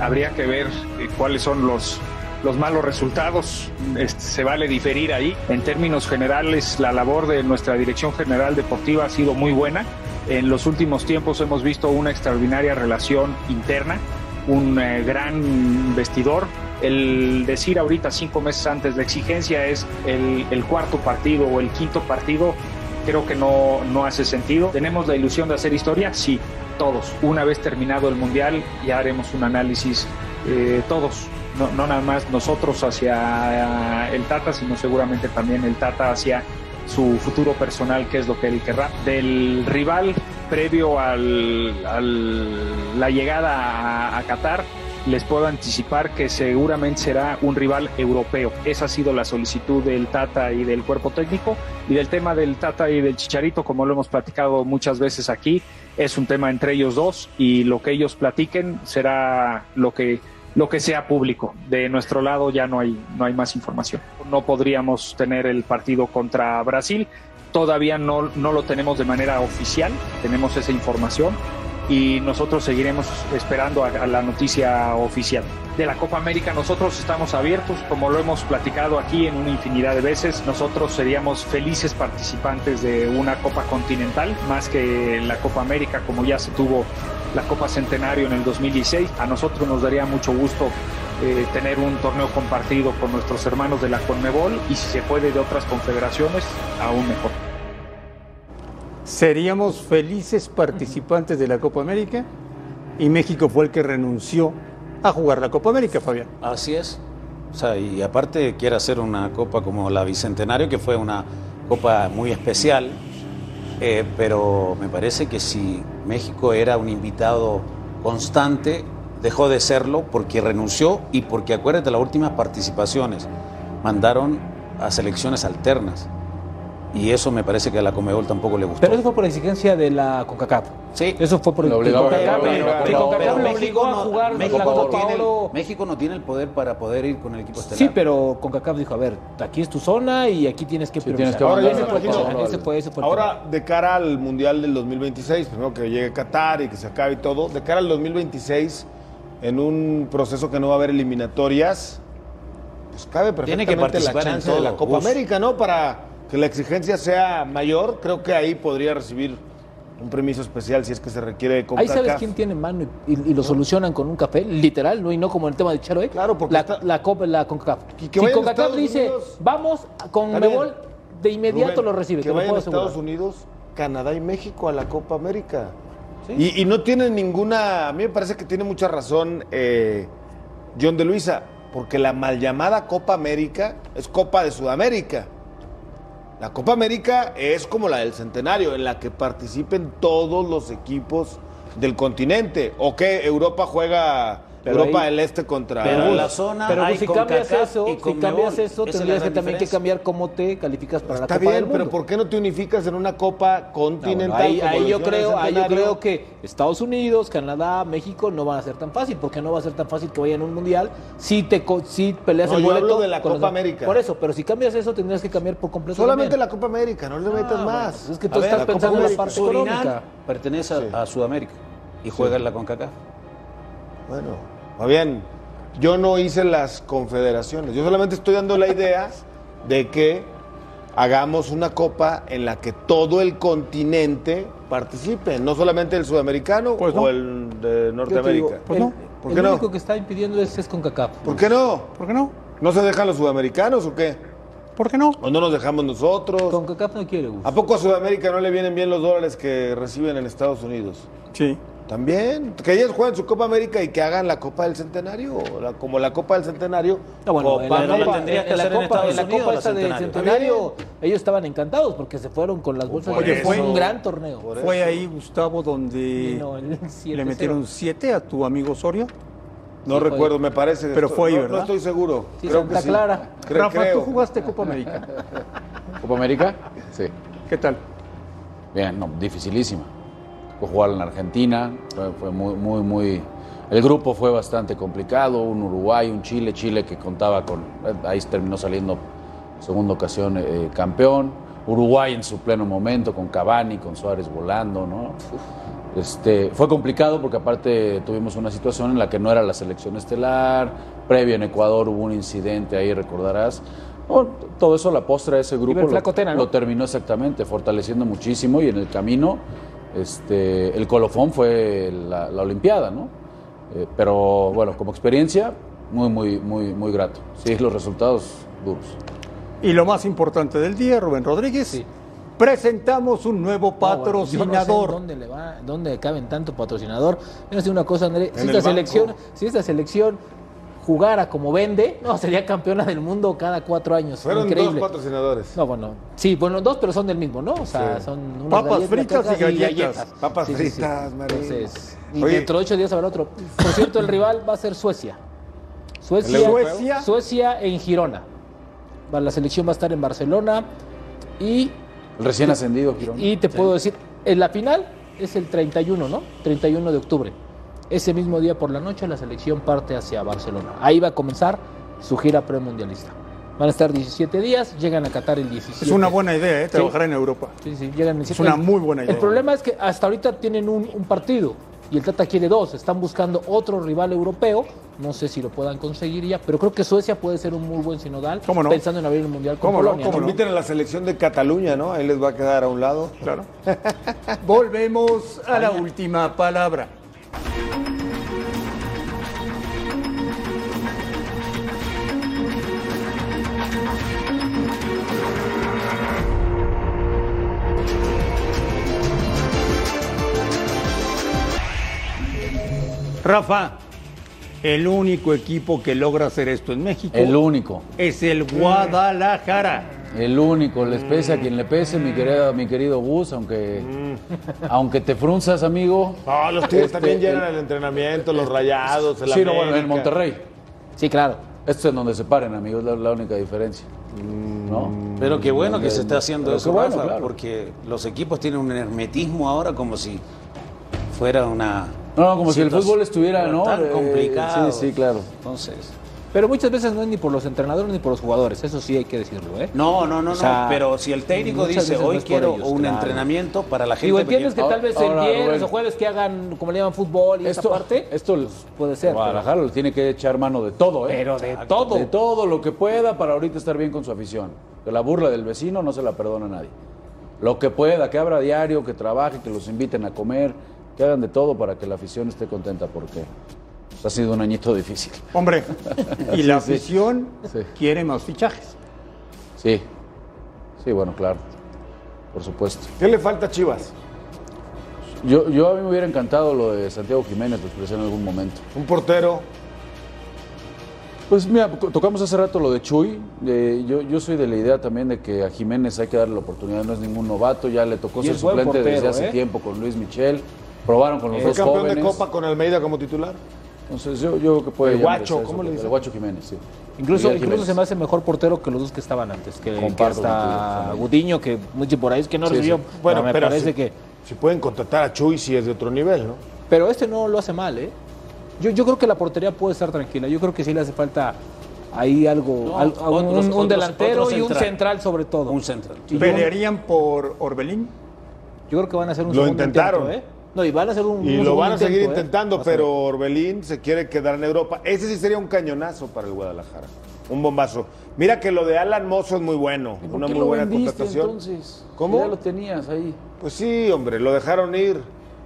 H: habría que ver eh, cuáles son los los malos resultados. Este, se vale diferir ahí. En términos generales, la labor de nuestra Dirección General Deportiva ha sido muy buena. En los últimos tiempos hemos visto una extraordinaria relación interna, un eh, gran vestidor. El decir ahorita, cinco meses antes, la exigencia es el, el cuarto partido o el quinto partido, creo que no, no hace sentido. ¿Tenemos la ilusión de hacer historia? Sí, todos. Una vez terminado el Mundial, ya haremos un análisis eh, todos, no, no nada más nosotros hacia eh, el Tata, sino seguramente también el Tata hacia su futuro personal, que es lo que él querrá. Del rival previo al, al- la llegada a, a Qatar,
J: les puedo anticipar que seguramente será un rival europeo. Esa ha sido la solicitud del Tata y del cuerpo técnico. Y del tema del Tata y del Chicharito, como lo hemos platicado muchas veces aquí, es un tema entre ellos dos y lo que ellos platiquen será lo que lo que sea público. De nuestro lado ya no hay no hay más información. No podríamos tener el partido contra Brasil. Todavía no, no lo tenemos de manera oficial, tenemos esa información, y nosotros seguiremos esperando a, a, la noticia oficial. De la Copa América nosotros estamos abiertos, como lo hemos platicado aquí en una infinidad de veces, nosotros seríamos felices participantes de una Copa Continental, más que la Copa América como ya se tuvo la Copa Centenario en el 2016, a nosotros nos daría mucho gusto eh, tener un torneo compartido con nuestros hermanos de la Conmebol y si se puede de otras confederaciones, aún mejor.
C: Seríamos felices participantes de la Copa América y México fue el que renunció a jugar la Copa América, Fabián.
E: Así es. O sea, y aparte quiere hacer una copa como la Bicentenario, que fue una copa muy especial, eh, pero me parece que si México era un invitado constante, dejó de serlo porque renunció y porque acuérdate las últimas participaciones, mandaron a selecciones alternas. Y eso me parece que a la Comebol tampoco le gustó.
F: Pero eso fue por exigencia de la CONCACAF.
E: Sí.
F: Eso fue por
E: Lo obligaba
F: de
E: a
F: CONCACAF.
E: jugar,
F: De
E: pero-
F: CONCACAF
E: pero
F: lo
E: México
F: obligó a
E: no-
F: jugar
E: México
F: la
E: no
F: Copa
E: tiene el-
F: Oro.
E: México no tiene el poder para poder ir con el equipo estelar.
F: Sí, pero CONCACAF dijo, a ver, aquí es tu zona y aquí tienes que priorizar.
G: Ahora, yo
F: Ese
G: me
F: fue el
G: imagino-
F: tema, ese fue- ese fue el tema.
G: ahora, de cara al Mundial del 2026, primero que llegue Qatar y que se acabe y todo, de cara al 2026, en un proceso que no va a haber eliminatorias, pues
E: Tiene
G: cabe perfectamente
E: que
G: la
E: participar en
G: chance
E: todo,
G: de la Copa
E: Gus.
G: América, ¿no? Para que la exigencia sea mayor, creo que ahí podría recibir un permiso especial si es que se requiere de
F: Ahí sabes
G: CONCACAF.
F: quién tiene mano y, y- y lo solucionan con un café, literal, ¿no? y no como el tema de Charo, ¿eh? Claro, porque la, la, Copa- la CONCACAF.
G: que
F: si
G: vayan a
F: CONCACAF
G: Estados
F: dice,
G: Unidos.
F: vamos a- con
G: Está bien.
F: Mebol, de inmediato
G: Rubén,
F: lo recibe,
G: Que
F: te lo
G: vayan
F: puedo
G: a
F: asegurar.
G: Estados Unidos, Canadá y México a la Copa América. Y, y no tienen ninguna. A mí me parece que tiene mucha razón eh, John de Luisa, porque la mal llamada Copa América es Copa de Sudamérica. La Copa América es como la del centenario, en la que participen todos los equipos del continente. ¿O que Europa juega
F: Pero
G: Europa
F: ahí-
G: del Este contra
F: Pero
G: Gus.
F: la zona Pero pues, si cambias eso, si cambias eso,
G: Esa
F: tendrías que
G: es la gran
F: también que
G: diferencia.
F: cambiar cómo te calificas para
G: Está
F: la Copa del
G: bien, pero
F: Mundo.
G: ¿por qué no te unificas en una copa continental?
F: Ah, bueno, ahí,
G: como
F: ahí
G: lo
F: yo
G: hicieron en el
F: creo, ahí yo
G: centenario?
F: creo que Estados Unidos, Canadá, México no van a ser tan fácil, porque no va a ser tan fácil que vayan a un mundial si te co- si peleas
G: No,
F: el
G: yo
F: boleto
G: hablo de la
F: con los
G: Copa
F: demás.
G: América.
F: Por eso, pero si cambias eso tendrías que cambiar por completo.
G: Solamente
F: también.
G: la Copa América, no le metas más.
F: Ah, pues es que tú estás pensando en la parte
E: Surinam
F: económica.
E: pertenece a- a Sudamérica y juega
G: Sí.
E: en la CONCACAF.
F: Mm,
G: Bueno, Fabián, yo no hice las confederaciones. Yo solamente estoy dando la idea de que hagamos una copa en la que todo el continente participe, no solamente el sudamericano o el de
F: Pues Yo te digo, pues
G: Norteamérica.
F: el-
G: ¿Por
F: el
G: qué no?
F: único que está impidiendo es, es CONCACAF.
G: ¿Por qué no?
C: ¿Por qué no?
G: ¿No se dejan los sudamericanos o qué?
C: ¿Por qué no?
G: ¿O no nos dejamos nosotros?
F: CONCACAF no quiere, Gus.
G: ¿A poco a Sudamérica no le vienen bien los dólares que reciben en Estados Unidos?
C: Sí.
G: También, que ellos jueguen su Copa América y que hagan la Copa del Centenario, o la- como la Copa del Centenario.
F: Ah,
G: Copa,
F: en la,
G: Copa.
F: Copa- en la Copa- en la Copa esta del Centenario, ellos estaban encantados porque se fueron con las bolsas.
C: Oye,
F: de
C: fue-
F: fue un gran torneo.
C: Fue ahí, Gustavo, donde
F: Vino el 7-0.
C: le metieron 7 a tu amigo Osorio.
G: No
C: Sí,
G: recuerdo,
C: fue.
G: me parece.
C: Pero
G: Estoy-
C: fue ahí,
G: no-
C: ¿verdad?
G: No estoy seguro.
C: Sí,
G: Creo
C: Santa
G: que sí.
C: Clara.
G: Cre-
C: Rafa,
G: creo.
C: ¿tú jugaste Copa América?
D: ¿Copa América? Sí.
C: ¿Qué tal?
D: Bien, no, dificilísima. Tocó jugar en Argentina, fue, fue muy, muy, muy... El grupo fue bastante complicado, un Uruguay, un Chile, Chile que contaba con... eh, Ahí terminó saliendo segunda ocasión eh, campeón. Uruguay en su pleno momento, con Cavani, con Suárez volando, ¿no? Este, fue complicado porque aparte tuvimos una situación en la que no era la selección estelar, previa en Ecuador hubo un incidente ahí, recordarás. Bueno, todo eso a la postre de ese grupo
F: el
D: lo-
F: Flaco Tena, ¿no?
D: lo terminó exactamente, fortaleciendo muchísimo y en el camino este, el colofón fue la, la Olimpiada, ¿no? Eh, pero bueno, como experiencia, muy, muy, muy, muy grato. Sí, los resultados duros.
C: Y lo más importante del día, Rubén Rodríguez, presentamos un nuevo
F: Yo no sé
C: patrocinador.
F: en dónde le va, dónde caben tanto patrocinador. Yo no sé una cosa, André,
C: En
F: si esta
C: el banco.
F: selección, si esta selección jugara como vende, no sería campeona del mundo cada cuatro años.
G: Fueron
F: Increíble.
G: dos patrocinadores.
F: No, bueno. Sí, bueno, dos, pero son del mismo, ¿no? O sea,
G: Sí.
F: son unas
G: Papas
F: galletas
G: fritas y
F: tacas
G: galletas. Papas fritas, Marín.
F: Entonces, Y
G: Oye.
F: dentro de ocho días habrá otro. Por cierto, el rival va a ser Suecia. Suecia,
G: ¿El europeo?
F: Suecia. Suecia en Girona. Va- La selección va a estar en Barcelona. Y.
D: El recién ascendido, Girona.
F: Y te
D: Sí.
F: puedo decir, en la final es el 31, ¿no? 31 de octubre. Ese mismo día por la noche la selección parte hacia Barcelona. Ahí va a comenzar su gira premundialista. Van a estar 17 días, llegan a Qatar el 17.
K: Es una buena idea, ¿eh?
F: Sí.
K: Trabajar en Europa.
F: Sí, sí, llegan en
K: Es
F: siete-
K: una muy buena idea.
F: El problema es que hasta ahorita tienen un, un partido y el Tata quiere dos. Están buscando otro rival europeo. No sé si lo puedan conseguir ya, pero creo que Suecia puede ser un muy buen sinodal.
G: ¿Cómo no?
F: Pensando en abrir el mundial con
G: ¿Cómo
F: Polonia.
G: no? Como inviten a la selección de Cataluña, ¿no? Ahí les va a quedar a un lado. Claro.
C: Volvemos a la última palabra. Rafa, el único equipo que logra hacer esto en México.
D: El único.
C: Es el Guadalajara.
D: El único, les pese a quien le pese, mi querido, mi querido Gus, aunque, aunque te frunzas, amigo.
G: Ah, los Tigres también llenan el entrenamiento, los rayados, el
D: Sí, no, bueno, en
G: América.
D: Monterrey.
F: Sí, claro.
D: Esto es donde se paren, amigos, la, la única diferencia. ¿no?
E: Pero qué bueno que
D: Donde-
E: se está haciendo
D: pero
E: eso,
D: qué bueno,
E: Rafa,
D: claro.
E: porque los equipos tienen un hermetismo ahora como si fuera una...
D: No, como si el
E: situación
D: fútbol estuviera, ¿no?
E: Tan
D: Eh,
E: complicado.
D: sí, sí, claro.
E: Entonces...
F: Pero muchas veces no es ni por los entrenadores ni por los jugadores. Eso sí hay que decirlo, ¿eh?
E: No, no, no,
F: O sea,
E: no. Pero si el técnico
F: muchas
E: dice,
F: veces no
E: hoy
F: es por
E: quiero
F: ellos,
E: un
F: claro.
E: entrenamiento para la gente.
F: Digo, este entiendes que
E: porque-
F: tal vez el
E: Ahora,
F: viernes
E: Rubén,
F: o jueves que hagan, como le llaman, fútbol y
D: Esto-
F: esa parte,
D: Esto
F: puede ser.
D: Guadalajara le tiene que echar mano de todo, ¿eh?
F: Pero de todo.
D: De todo lo que pueda para ahorita estar bien con su afición. Que la burla del vecino no se la perdona a nadie. Lo que pueda, que abra diario, que trabaje, que los inviten a comer, que hagan de todo para que la afición esté contenta porque pues, ha sido un añito difícil.
C: Hombre, y la
D: Sí, sí.
C: afición quiere más fichajes.
D: Sí. Sí, bueno, claro. Por supuesto.
G: ¿Qué le falta a Chivas?
D: Yo, yo a mí me hubiera encantado lo de Santiago Jiménez, lo expresé en algún momento.
G: Un portero.
D: Pues mira, co- tocamos hace rato lo de Chuy. Eh, yo, yo soy de la idea también de que a Jiménez hay que darle la oportunidad, no es ningún novato, ya le tocó
G: Y
D: ser
G: es buen
D: suplente desde
G: portero,
D: hace
G: ¿eh?
D: tiempo con Luis Michel. Probaron con los
G: Fue
D: dos
G: campeón
D: jóvenes.
G: de Copa con Almeida como titular.
D: Entonces yo, yo creo que puede
G: El
D: ya
G: guacho,
D: merecer su
G: ¿cómo le
D: oportunidad.
G: dicen?
D: El guacho Jiménez, sí.
F: Incluso,
D: Miguel
F: incluso
D: Jiménez.
F: se me hace mejor portero que los dos que estaban antes. Que, que
D: Comparto
F: hasta
D: contigo.
F: Gudiño, que mucho por ahí es que no
G: Sí,
F: recibió.
G: sí. Bueno,
F: pero me
G: pero
F: parece
G: sí.
F: que.
G: Si pueden contratar a Chuy si es de otro nivel, ¿no?
F: Pero este no lo hace mal, ¿eh? Yo, yo creo que la portería puede estar tranquila. Yo creo que sí le hace falta ahí algo.
E: No,
F: al- a un,
E: otros-
F: un
E: otros-
F: delantero
E: otro
F: y un
E: central.
F: central sobre todo. Un central.
C: ¿Pelearían por Orbelín?
F: Yo creo que van a hacer un
G: Lo
F: segundo
G: intentaron.
F: intento, ¿eh? No, y van a hacer un.
G: Y
F: un
G: lo
F: segundo
G: van a seguir
F: intento, ¿eh?
G: intentando,
F: Vas a ver.
G: pero Orbelín se quiere quedar en Europa. Ese sí sería un cañonazo para el Guadalajara. Un bombazo. Mira que lo de Alan Mozo es muy bueno. Una
D: ¿Qué
G: muy
D: lo
G: buena
D: vendiste,
G: contratación.
D: entonces?
G: ¿Cómo?
D: Ya lo tenías ahí.
G: Pues sí, hombre, lo dejaron ir.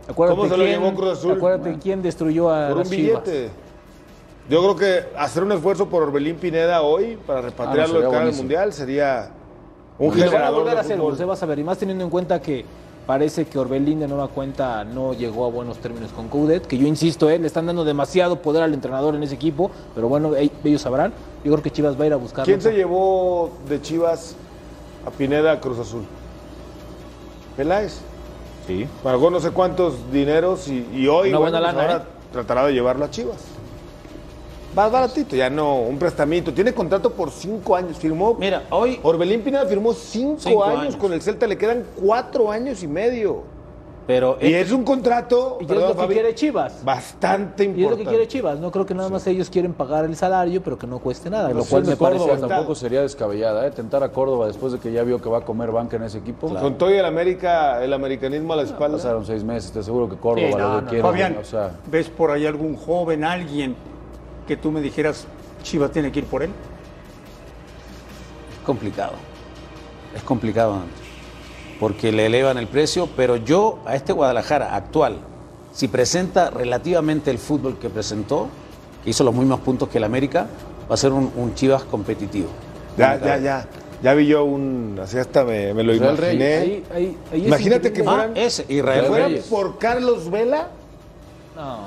F: Acuérdate
G: ¿Cómo se lo
F: quién-
G: llevó Cruz Azul?
F: Acuérdate quién destruyó a
G: por un
F: las Chivas.
G: billete. Yo creo que hacer un esfuerzo por Orbelín Pineda hoy para
F: Ah, no,
G: repatriarlo
F: sería
G: de cara al
F: buenísimo.
G: Mundial sería un
F: y lo van a
G: generador
F: volver a
G: de
F: hacer,
G: fútbol.
F: José, vas a ver. Y más teniendo en cuenta que parece que Orbelín de nueva cuenta no llegó a buenos términos con Coudet, que yo insisto, ¿eh? le están dando demasiado poder al entrenador en ese equipo, pero bueno, ey, ellos sabrán. Yo creo que Chivas va a ir a buscar.
G: ¿Quién se llevó de Chivas a Pineda a Cruz Azul? Peláez.
F: Sí.
G: Pagó no sé cuántos dineros y, y hoy
F: Una buena
G: pues
F: lana, ¿eh?
G: ahora tratará de llevarlo a Chivas. Más baratito, ya no, un prestamito. Tiene contrato por cinco años. Firmó.
E: Mira, hoy.
G: Orbelín Pineda firmó cinco,
E: Cinco
G: años,
E: años.
G: con el Celta, le quedan cuatro años y medio.
E: Pero
G: Y es un contrato.
F: este- ¿Y qué es
G: perdón,
F: lo que
G: Fabi,
F: quiere Chivas?
G: Bastante
F: Y es lo
G: importante.
F: que quiere Chivas, no creo que nada más ellos quieren pagar el salario, pero que no cueste nada,
G: Pues
D: La
F: lo cual
D: opción
F: me
D: de Córdoba
F: parece
D: tampoco sería descabellada, ¿eh? Tentar a Córdoba después de que ya vio que va a comer banca en ese equipo.
G: Con todo y el América, el americanismo a la
F: pues,
G: espalda.
D: Pasaron seis meses, te seguro que Córdoba
C: Sí, no,
D: lo
C: no,
D: quiere.
C: Fabián,
D: o sea,
C: ¿ves por ahí algún joven, alguien que tú me dijeras, Chivas tiene que ir por él?
E: Es complicado. Es complicado, Andrés, porque le elevan el precio, pero yo a este Guadalajara actual, si presenta relativamente el fútbol que presentó, que hizo los mismos puntos que el América, va a ser un, un Chivas competitivo.
G: Ya, ya, ya. Ya vi yo un. Así hasta me, me lo
E: Israel
G: imaginé.
E: Reyes. Ahí- ahí- ahí es
G: Imagínate que
E: increíble.
G: fueran,
E: Ah, ese, Israel
G: que fueran
E: Reyes.
G: por Carlos Vela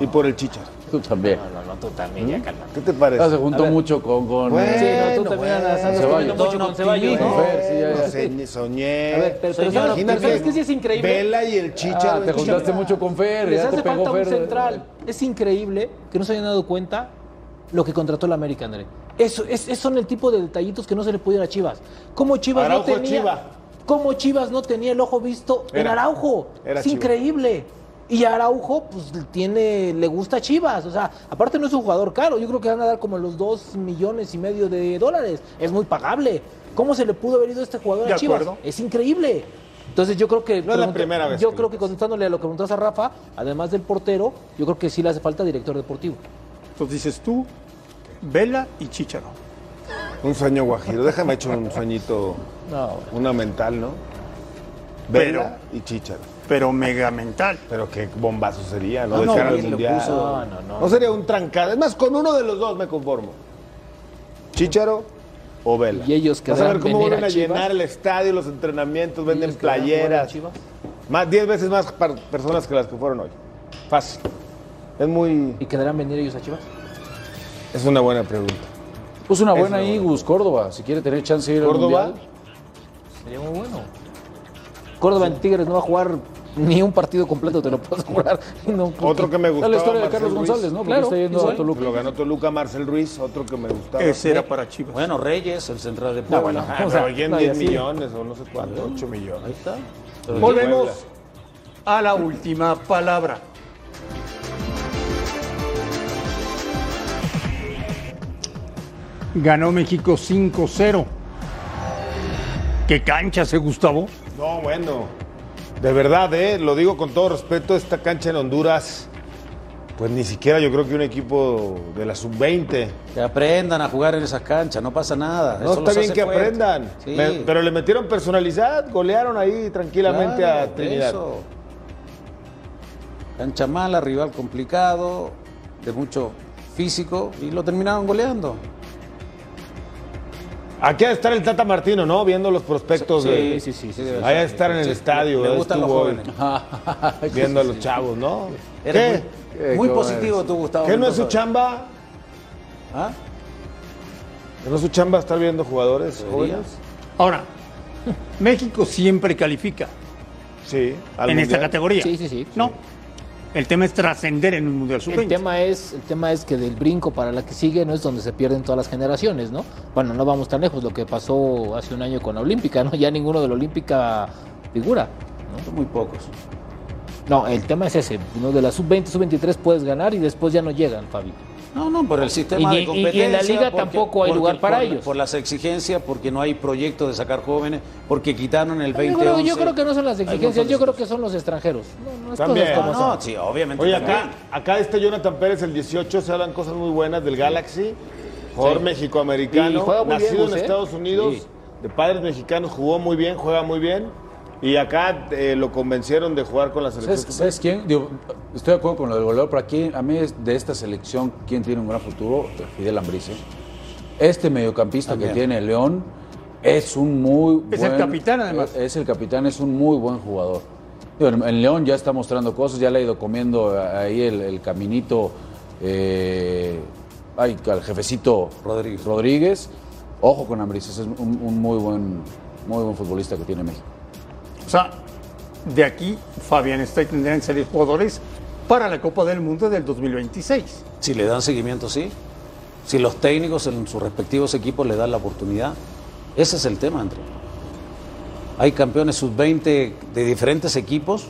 G: y por el Chichar.
D: Tú también. Ah,
F: No, no, tú también, ya calma.
G: ¿Qué te parece?
D: se juntó mucho con, con eh,
F: Bueno,
D: sí, no, tú
F: bueno,
D: también andas andas
F: bueno,
D: jugando mucho
F: todo
D: con Ceballos.
G: optimismo.
D: Con Fer, sí, ya, ya.
G: No sé, ni soñé.
F: A ver, pero- pero ¿sabes- pero ¿sabes qué sí es increíble?
G: Vela y el Chicha.
F: Ah, te juntaste
D: mucho con Fer,
F: Les
D: ya te
F: hace
D: pegó
F: falta un
D: Fer.
F: central. Es increíble que no se hayan dado cuenta lo que contrató la América, André. Eso, es, es- son el tipo de detallitos que no se le pudieron a Chivas. ¿Cómo Chivas
G: Araujo
F: no tenía?
G: Chiva.
F: ¿Cómo Chivas no tenía el ojo visto en
G: Era.
F: Araujo?
G: Era
F: es
G: Chiva.
F: increíble. Y Araujo, pues tiene, le gusta a Chivas. O sea, aparte no es un jugador caro. Yo creo que van a dar como los dos millones y medio de dólares. Es muy pagable. ¿Cómo se le pudo haber ido este jugador
G: De
F: a Chivas?
G: acuerdo.
F: Es increíble. Entonces yo creo que
G: No es la primera vez
F: yo
G: que
F: creo que contestándole a lo que preguntas a Rafa, además del portero, yo creo que sí le hace falta director deportivo.
C: Entonces dices tú, Vela y Chicharo.
G: Un sueño guajiro. Déjame echar un sueñito, una mental, ¿no? Vela y Chicha.
C: Pero mega mental.
G: Pero qué bombazo sería, ¿no?
F: No,
G: de
F: no,
G: cara al
F: bien lo
G: mundial.
F: puso. No, no, no.
G: sería un trancado. Es más, con uno de los dos me conformo. Chicharo o Vela.
F: Y ellos
G: Vas a ver
F: querrán
G: cómo
F: venir
G: vuelven
F: a
G: a,
F: Chivas.
G: llenar el estadio, los entrenamientos, venden
F: querrán jugar a
G: playeras.
F: Chivas.
G: Más, diez veces más par- personas que las que fueron hoy. Fácil. Es muy.
F: ¿Y quedarán venir ellos a Chivas?
G: Es una buena pregunta.
D: Puso Pues una
G: Es
D: buena
G: una
D: ahí, Gus Córdoba, si quiere tener chance de ir
G: Córdoba.
D: al Mundial.
F: Sería muy bueno. Córdoba en Tigres no va a jugar ni un partido completo, te lo puedo asegurar. No, pues,
G: Otro que me
D: Está
G: gustaba.
D: la historia de
G: Marcel
D: Carlos
G: Ruiz.
D: González, ¿no? Porque
F: Claro,
D: está yendo
F: igual.
D: a Toluca.
G: Lo ganó Toluca, Marcel Ruiz, otro que me gustaba.
C: Ese era para Chivas.
E: Bueno, Reyes, el central de
G: Ah,
E: Puebla.
G: bueno,
E: Ah,
G: ah, pero alguien
F: no, y
G: 10
F: así.
G: millones o no sé cuánto, 8 millones.
E: Ahí está.
G: Volvemos.
C: A la última palabra. Ganó México 5-0. ¿Qué cancha se Gustavo?
G: No, bueno. De verdad, ¿eh? lo digo con todo respeto, esta cancha en Honduras, pues ni siquiera yo creo que un equipo de la sub-20.
E: Que aprendan a jugar en esas canchas, no pasa nada.
G: No,
E: Eso
G: está
E: los
G: bien
E: hace
G: que
E: fuertes.
G: aprendan.
E: Sí.
G: Me- pero le metieron personalidad, golearon ahí tranquilamente
E: Claro,
G: a Trinidad.
E: eso. Cancha mala, rival complicado, de mucho físico, y lo terminaron goleando.
G: Aquí ha de estar el Tata Martino, ¿no? Viendo los prospectos. de...
F: sí, sí, sí,
E: debe
G: Ahí ha de
E: ser.
G: estar en el
E: Sí,
G: estadio.
E: Me
G: ¿eh?
E: gustan los
G: Estuvo hoy
E: jóvenes.
G: viendo a los chavos, ¿no?
E: Eres
G: ¿Qué?
F: Eh,
E: muy, muy positivo tú, Gustavo.
G: ¿Qué no es su
E: Mendoza.
G: chamba?
E: ¿Ah?
G: ¿No es su chamba estar viendo jugadores jóvenes?
C: Ahora, México siempre califica
G: Sí. al
C: en esta
G: Mundial.
C: categoría.
F: Sí, sí, sí.
C: No. El tema es trascender en un Mundial
F: El
C: Sub-20.
F: tema, es, el tema es que del brinco para la que sigue no es donde se pierden todas las generaciones, ¿no? Bueno, no vamos tan lejos, lo que pasó hace un año con la Olímpica, ¿no? Ya ninguno de la Olímpica figura.
E: Son muy pocos.
F: No, el tema es ese, ¿no? De la sub-20, sub-23 puedes ganar y después ya no llegan, Fabi.
E: No, no, por el sistema
F: Y- y-
E: de
F: y
E: competencia.
F: en la liga tampoco hay lugar para
E: por-
F: ellos.
E: Por las exigencias, porque no hay proyecto de sacar jóvenes, porque quitaron el 20
F: Yo creo, yo creo que no son las exigencias, yo creo que son los extranjeros. No, no es
G: También.
F: cosas como
E: No,
F: son.
E: sí, obviamente.
G: Oye,
E: también.
G: acá, acá este Jonathan Pérez, el 18, se hablan cosas muy buenas del Galaxy, jugador
F: Sí.
G: mexicoamericano,
F: Y juega muy bien,
G: nacido en
F: Gus, ¿eh?
G: Estados Unidos,
F: Sí.
G: de padres mexicanos, jugó muy bien, juega muy bien. Y acá eh, lo convencieron de jugar con la
D: ¿Sabes,
G: selección.
D: sabes quién? Digo, estoy de acuerdo con lo del goleador, pero aquí, a mí es de esta selección, ¿quién tiene un gran futuro? Fidel Ambriz. ¿eh? Este mediocampista que tiene el León es un muy
C: Es el capitán, además.
D: Es, el capitán, es un muy buen jugador. Digo, en, en León ya está mostrando cosas, ya le ha ido comiendo a- ahí el, el caminito eh, ay, al jefecito
E: Rodríguez.
D: Rodríguez. Ojo con Ambriz, ese es un, un muy buen muy buen futbolista que tiene México.
C: O sea, de aquí Fabián está y tendrían que salir jugadores para la Copa del Mundo del 2026.
E: Si le dan seguimiento, sí. Si los técnicos en sus respectivos equipos le dan la oportunidad. Ese es el tema, André. Hay campeones sub-20 de diferentes equipos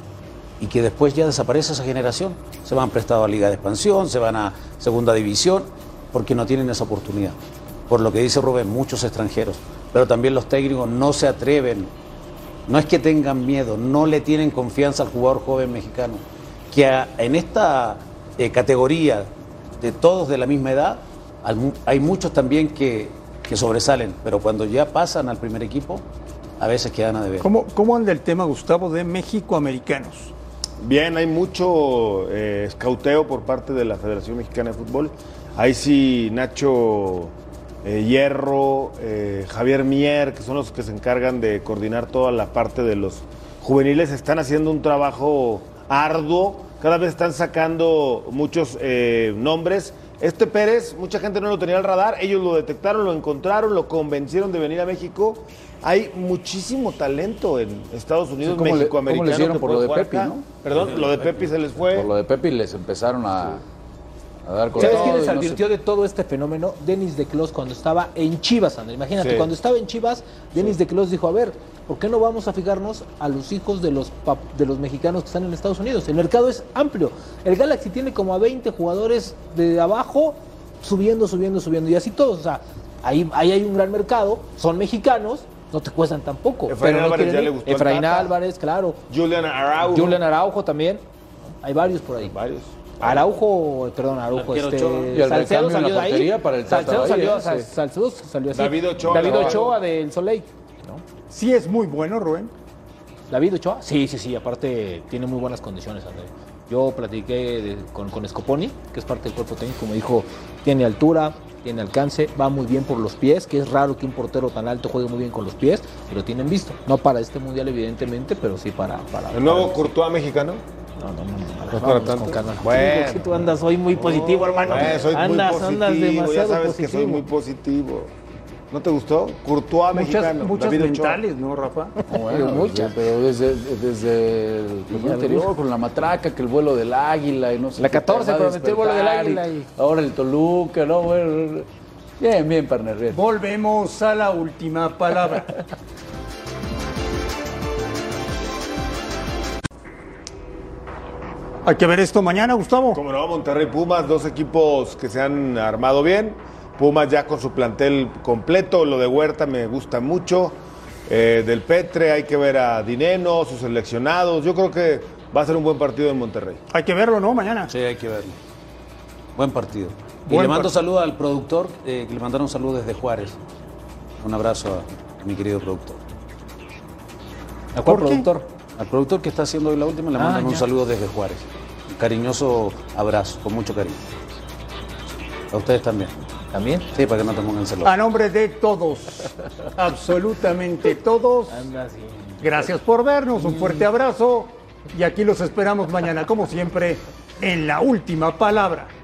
E: y que después ya desaparece esa generación. Se van prestado a Liga de Expansión, se van a Segunda División, porque no tienen esa oportunidad. Por lo que dice Rubén, muchos extranjeros. Pero también los técnicos no se atreven no es que tengan miedo, no le tienen confianza al jugador joven mexicano. Que a- en esta eh, categoría de todos de la misma edad, al mu- hay muchos también que, que sobresalen, pero cuando ya pasan al primer equipo, a veces quedan a deber.
C: ¿Cómo, ¿Cómo anda el tema, Gustavo, de México-Americanos?
G: Bien, hay mucho eh, escauteo por parte de la Federación Mexicana de Fútbol. Ahí sí, Nacho eh, Hierro, eh, Javier Mier, que son los que se encargan de coordinar toda la parte de los juveniles, están haciendo un trabajo arduo Cada vez están sacando muchos eh, nombres. Este Pérez, mucha gente no lo tenía al radar. Ellos lo detectaron, lo encontraron, lo convencieron de venir a México. Hay muchísimo talento en Estados Unidos,
D: ¿Cómo le-
G: México,
D: cómo le
G: americano.
D: hicieron
G: que
D: por lo
G: puede
D: de
G: jugar
D: Pepi,
G: acá.
D: no?
G: Perdón, lo de Pepi se les fue.
D: Por lo de Pepe les empezaron a, a dar con
F: ¿Sabes
D: todo
F: quién les
D: y no
F: advirtió de todo este fenómeno? Denis de Clos cuando estaba en Chivas, André. Imagínate,
D: Sí.
F: cuando estaba en Chivas, Denis de Clos dijo, a ver, ¿por qué no vamos a fijarnos a los hijos de los, pap- de los mexicanos que están en Estados Unidos? El mercado es amplio. El Galaxy tiene como a 20 jugadores de abajo subiendo, subiendo, subiendo. Y así todos. O sea, ahí, ahí hay un gran mercado, son mexicanos, no te cuestan tampoco.
G: Efraín
F: pero no
G: Álvarez
F: quieren
G: ya le
F: ir.
G: gustó al
F: Efraín
G: Tata.
F: Álvarez, claro.
G: Julian Araujo.
F: Julian Araujo también. Hay varios por ahí.
G: Varios.
F: Araujo, perdón, Araujo.
D: Arquero
F: Este,
D: Ochoa. Y el recambio en la
F: de ahí.
D: portería para el Tata
F: Salcedo
D: Bahía,
F: salió,
D: ¿eh?
F: Sal-
D: Sí.
F: Salcedo salió así.
D: David Ochoa.
F: David
D: Claro.
F: Ochoa del Sol Lake.
C: Sí es muy bueno, Rubén.
F: ¿David Ochoa? Sí, sí, sí. Aparte, tiene muy buenas condiciones, André. Yo platiqué de- con, con Scoponi, que es parte del cuerpo técnico, me dijo, tiene altura, tiene alcance, va muy bien por los pies, que es raro que un portero tan alto juegue muy bien con los pies, y lo tienen visto. No para este mundial, evidentemente, pero sí para... para
G: ¿El nuevo Courtois mexicano?
F: No, no, no.
G: No es para
F: Vámonos
G: tanto.
F: con calma.
G: Bueno.
F: Sí, tú andas hoy muy positivo, hermano.
G: Eh, soy muy
F: andas,
G: positivo,
F: andas demasiado
G: ya sabes
F: positivo.
G: que soy muy positivo. ¿No te gustó?
C: Muchas,
G: Courtois mexicano.
C: muchas
G: David Ochoa.
C: mentales, ¿no, Rafa?
D: Bueno, desde- pero desde, desde el torneo anterior, con la matraca, que el vuelo del águila y no sé
F: La
D: qué,
F: 14
D: va a
F: prometió el vuelo del
D: despertar
F: águila y-
D: Ahora el Toluca, ¿no? Bueno, bien, bien, Parner. bien.
C: Volvemos a la última palabra. Hay que ver esto mañana, Gustavo.
G: Como no, Monterrey Pumas, dos equipos que se han armado bien. Pumas ya con su plantel completo, lo de Huerta me gusta mucho. Eh, del Petre hay que ver a Dineno, sus seleccionados. Yo creo que va a ser un buen partido en Monterrey.
C: Hay que verlo, ¿no? Mañana.
E: Sí, hay que verlo. Buen partido. Y
C: Buen
E: le mando
C: partido.
E: saludo al productor, eh, que le mandaron saludo desde Juárez. Un abrazo a mi querido productor.
F: ¿A cuál productor?
E: Al productor que está haciendo hoy la última, le
F: Ah,
E: mandan un
F: ya.
E: saludo desde Juárez. Un cariñoso abrazo, con mucho cariño. A ustedes también.
F: ¿También?
E: Sí, para que no te pongan celoso.
C: A nombre de todos, absolutamente todos. Gracias por vernos, un fuerte abrazo y aquí los esperamos mañana, como siempre, en la última palabra.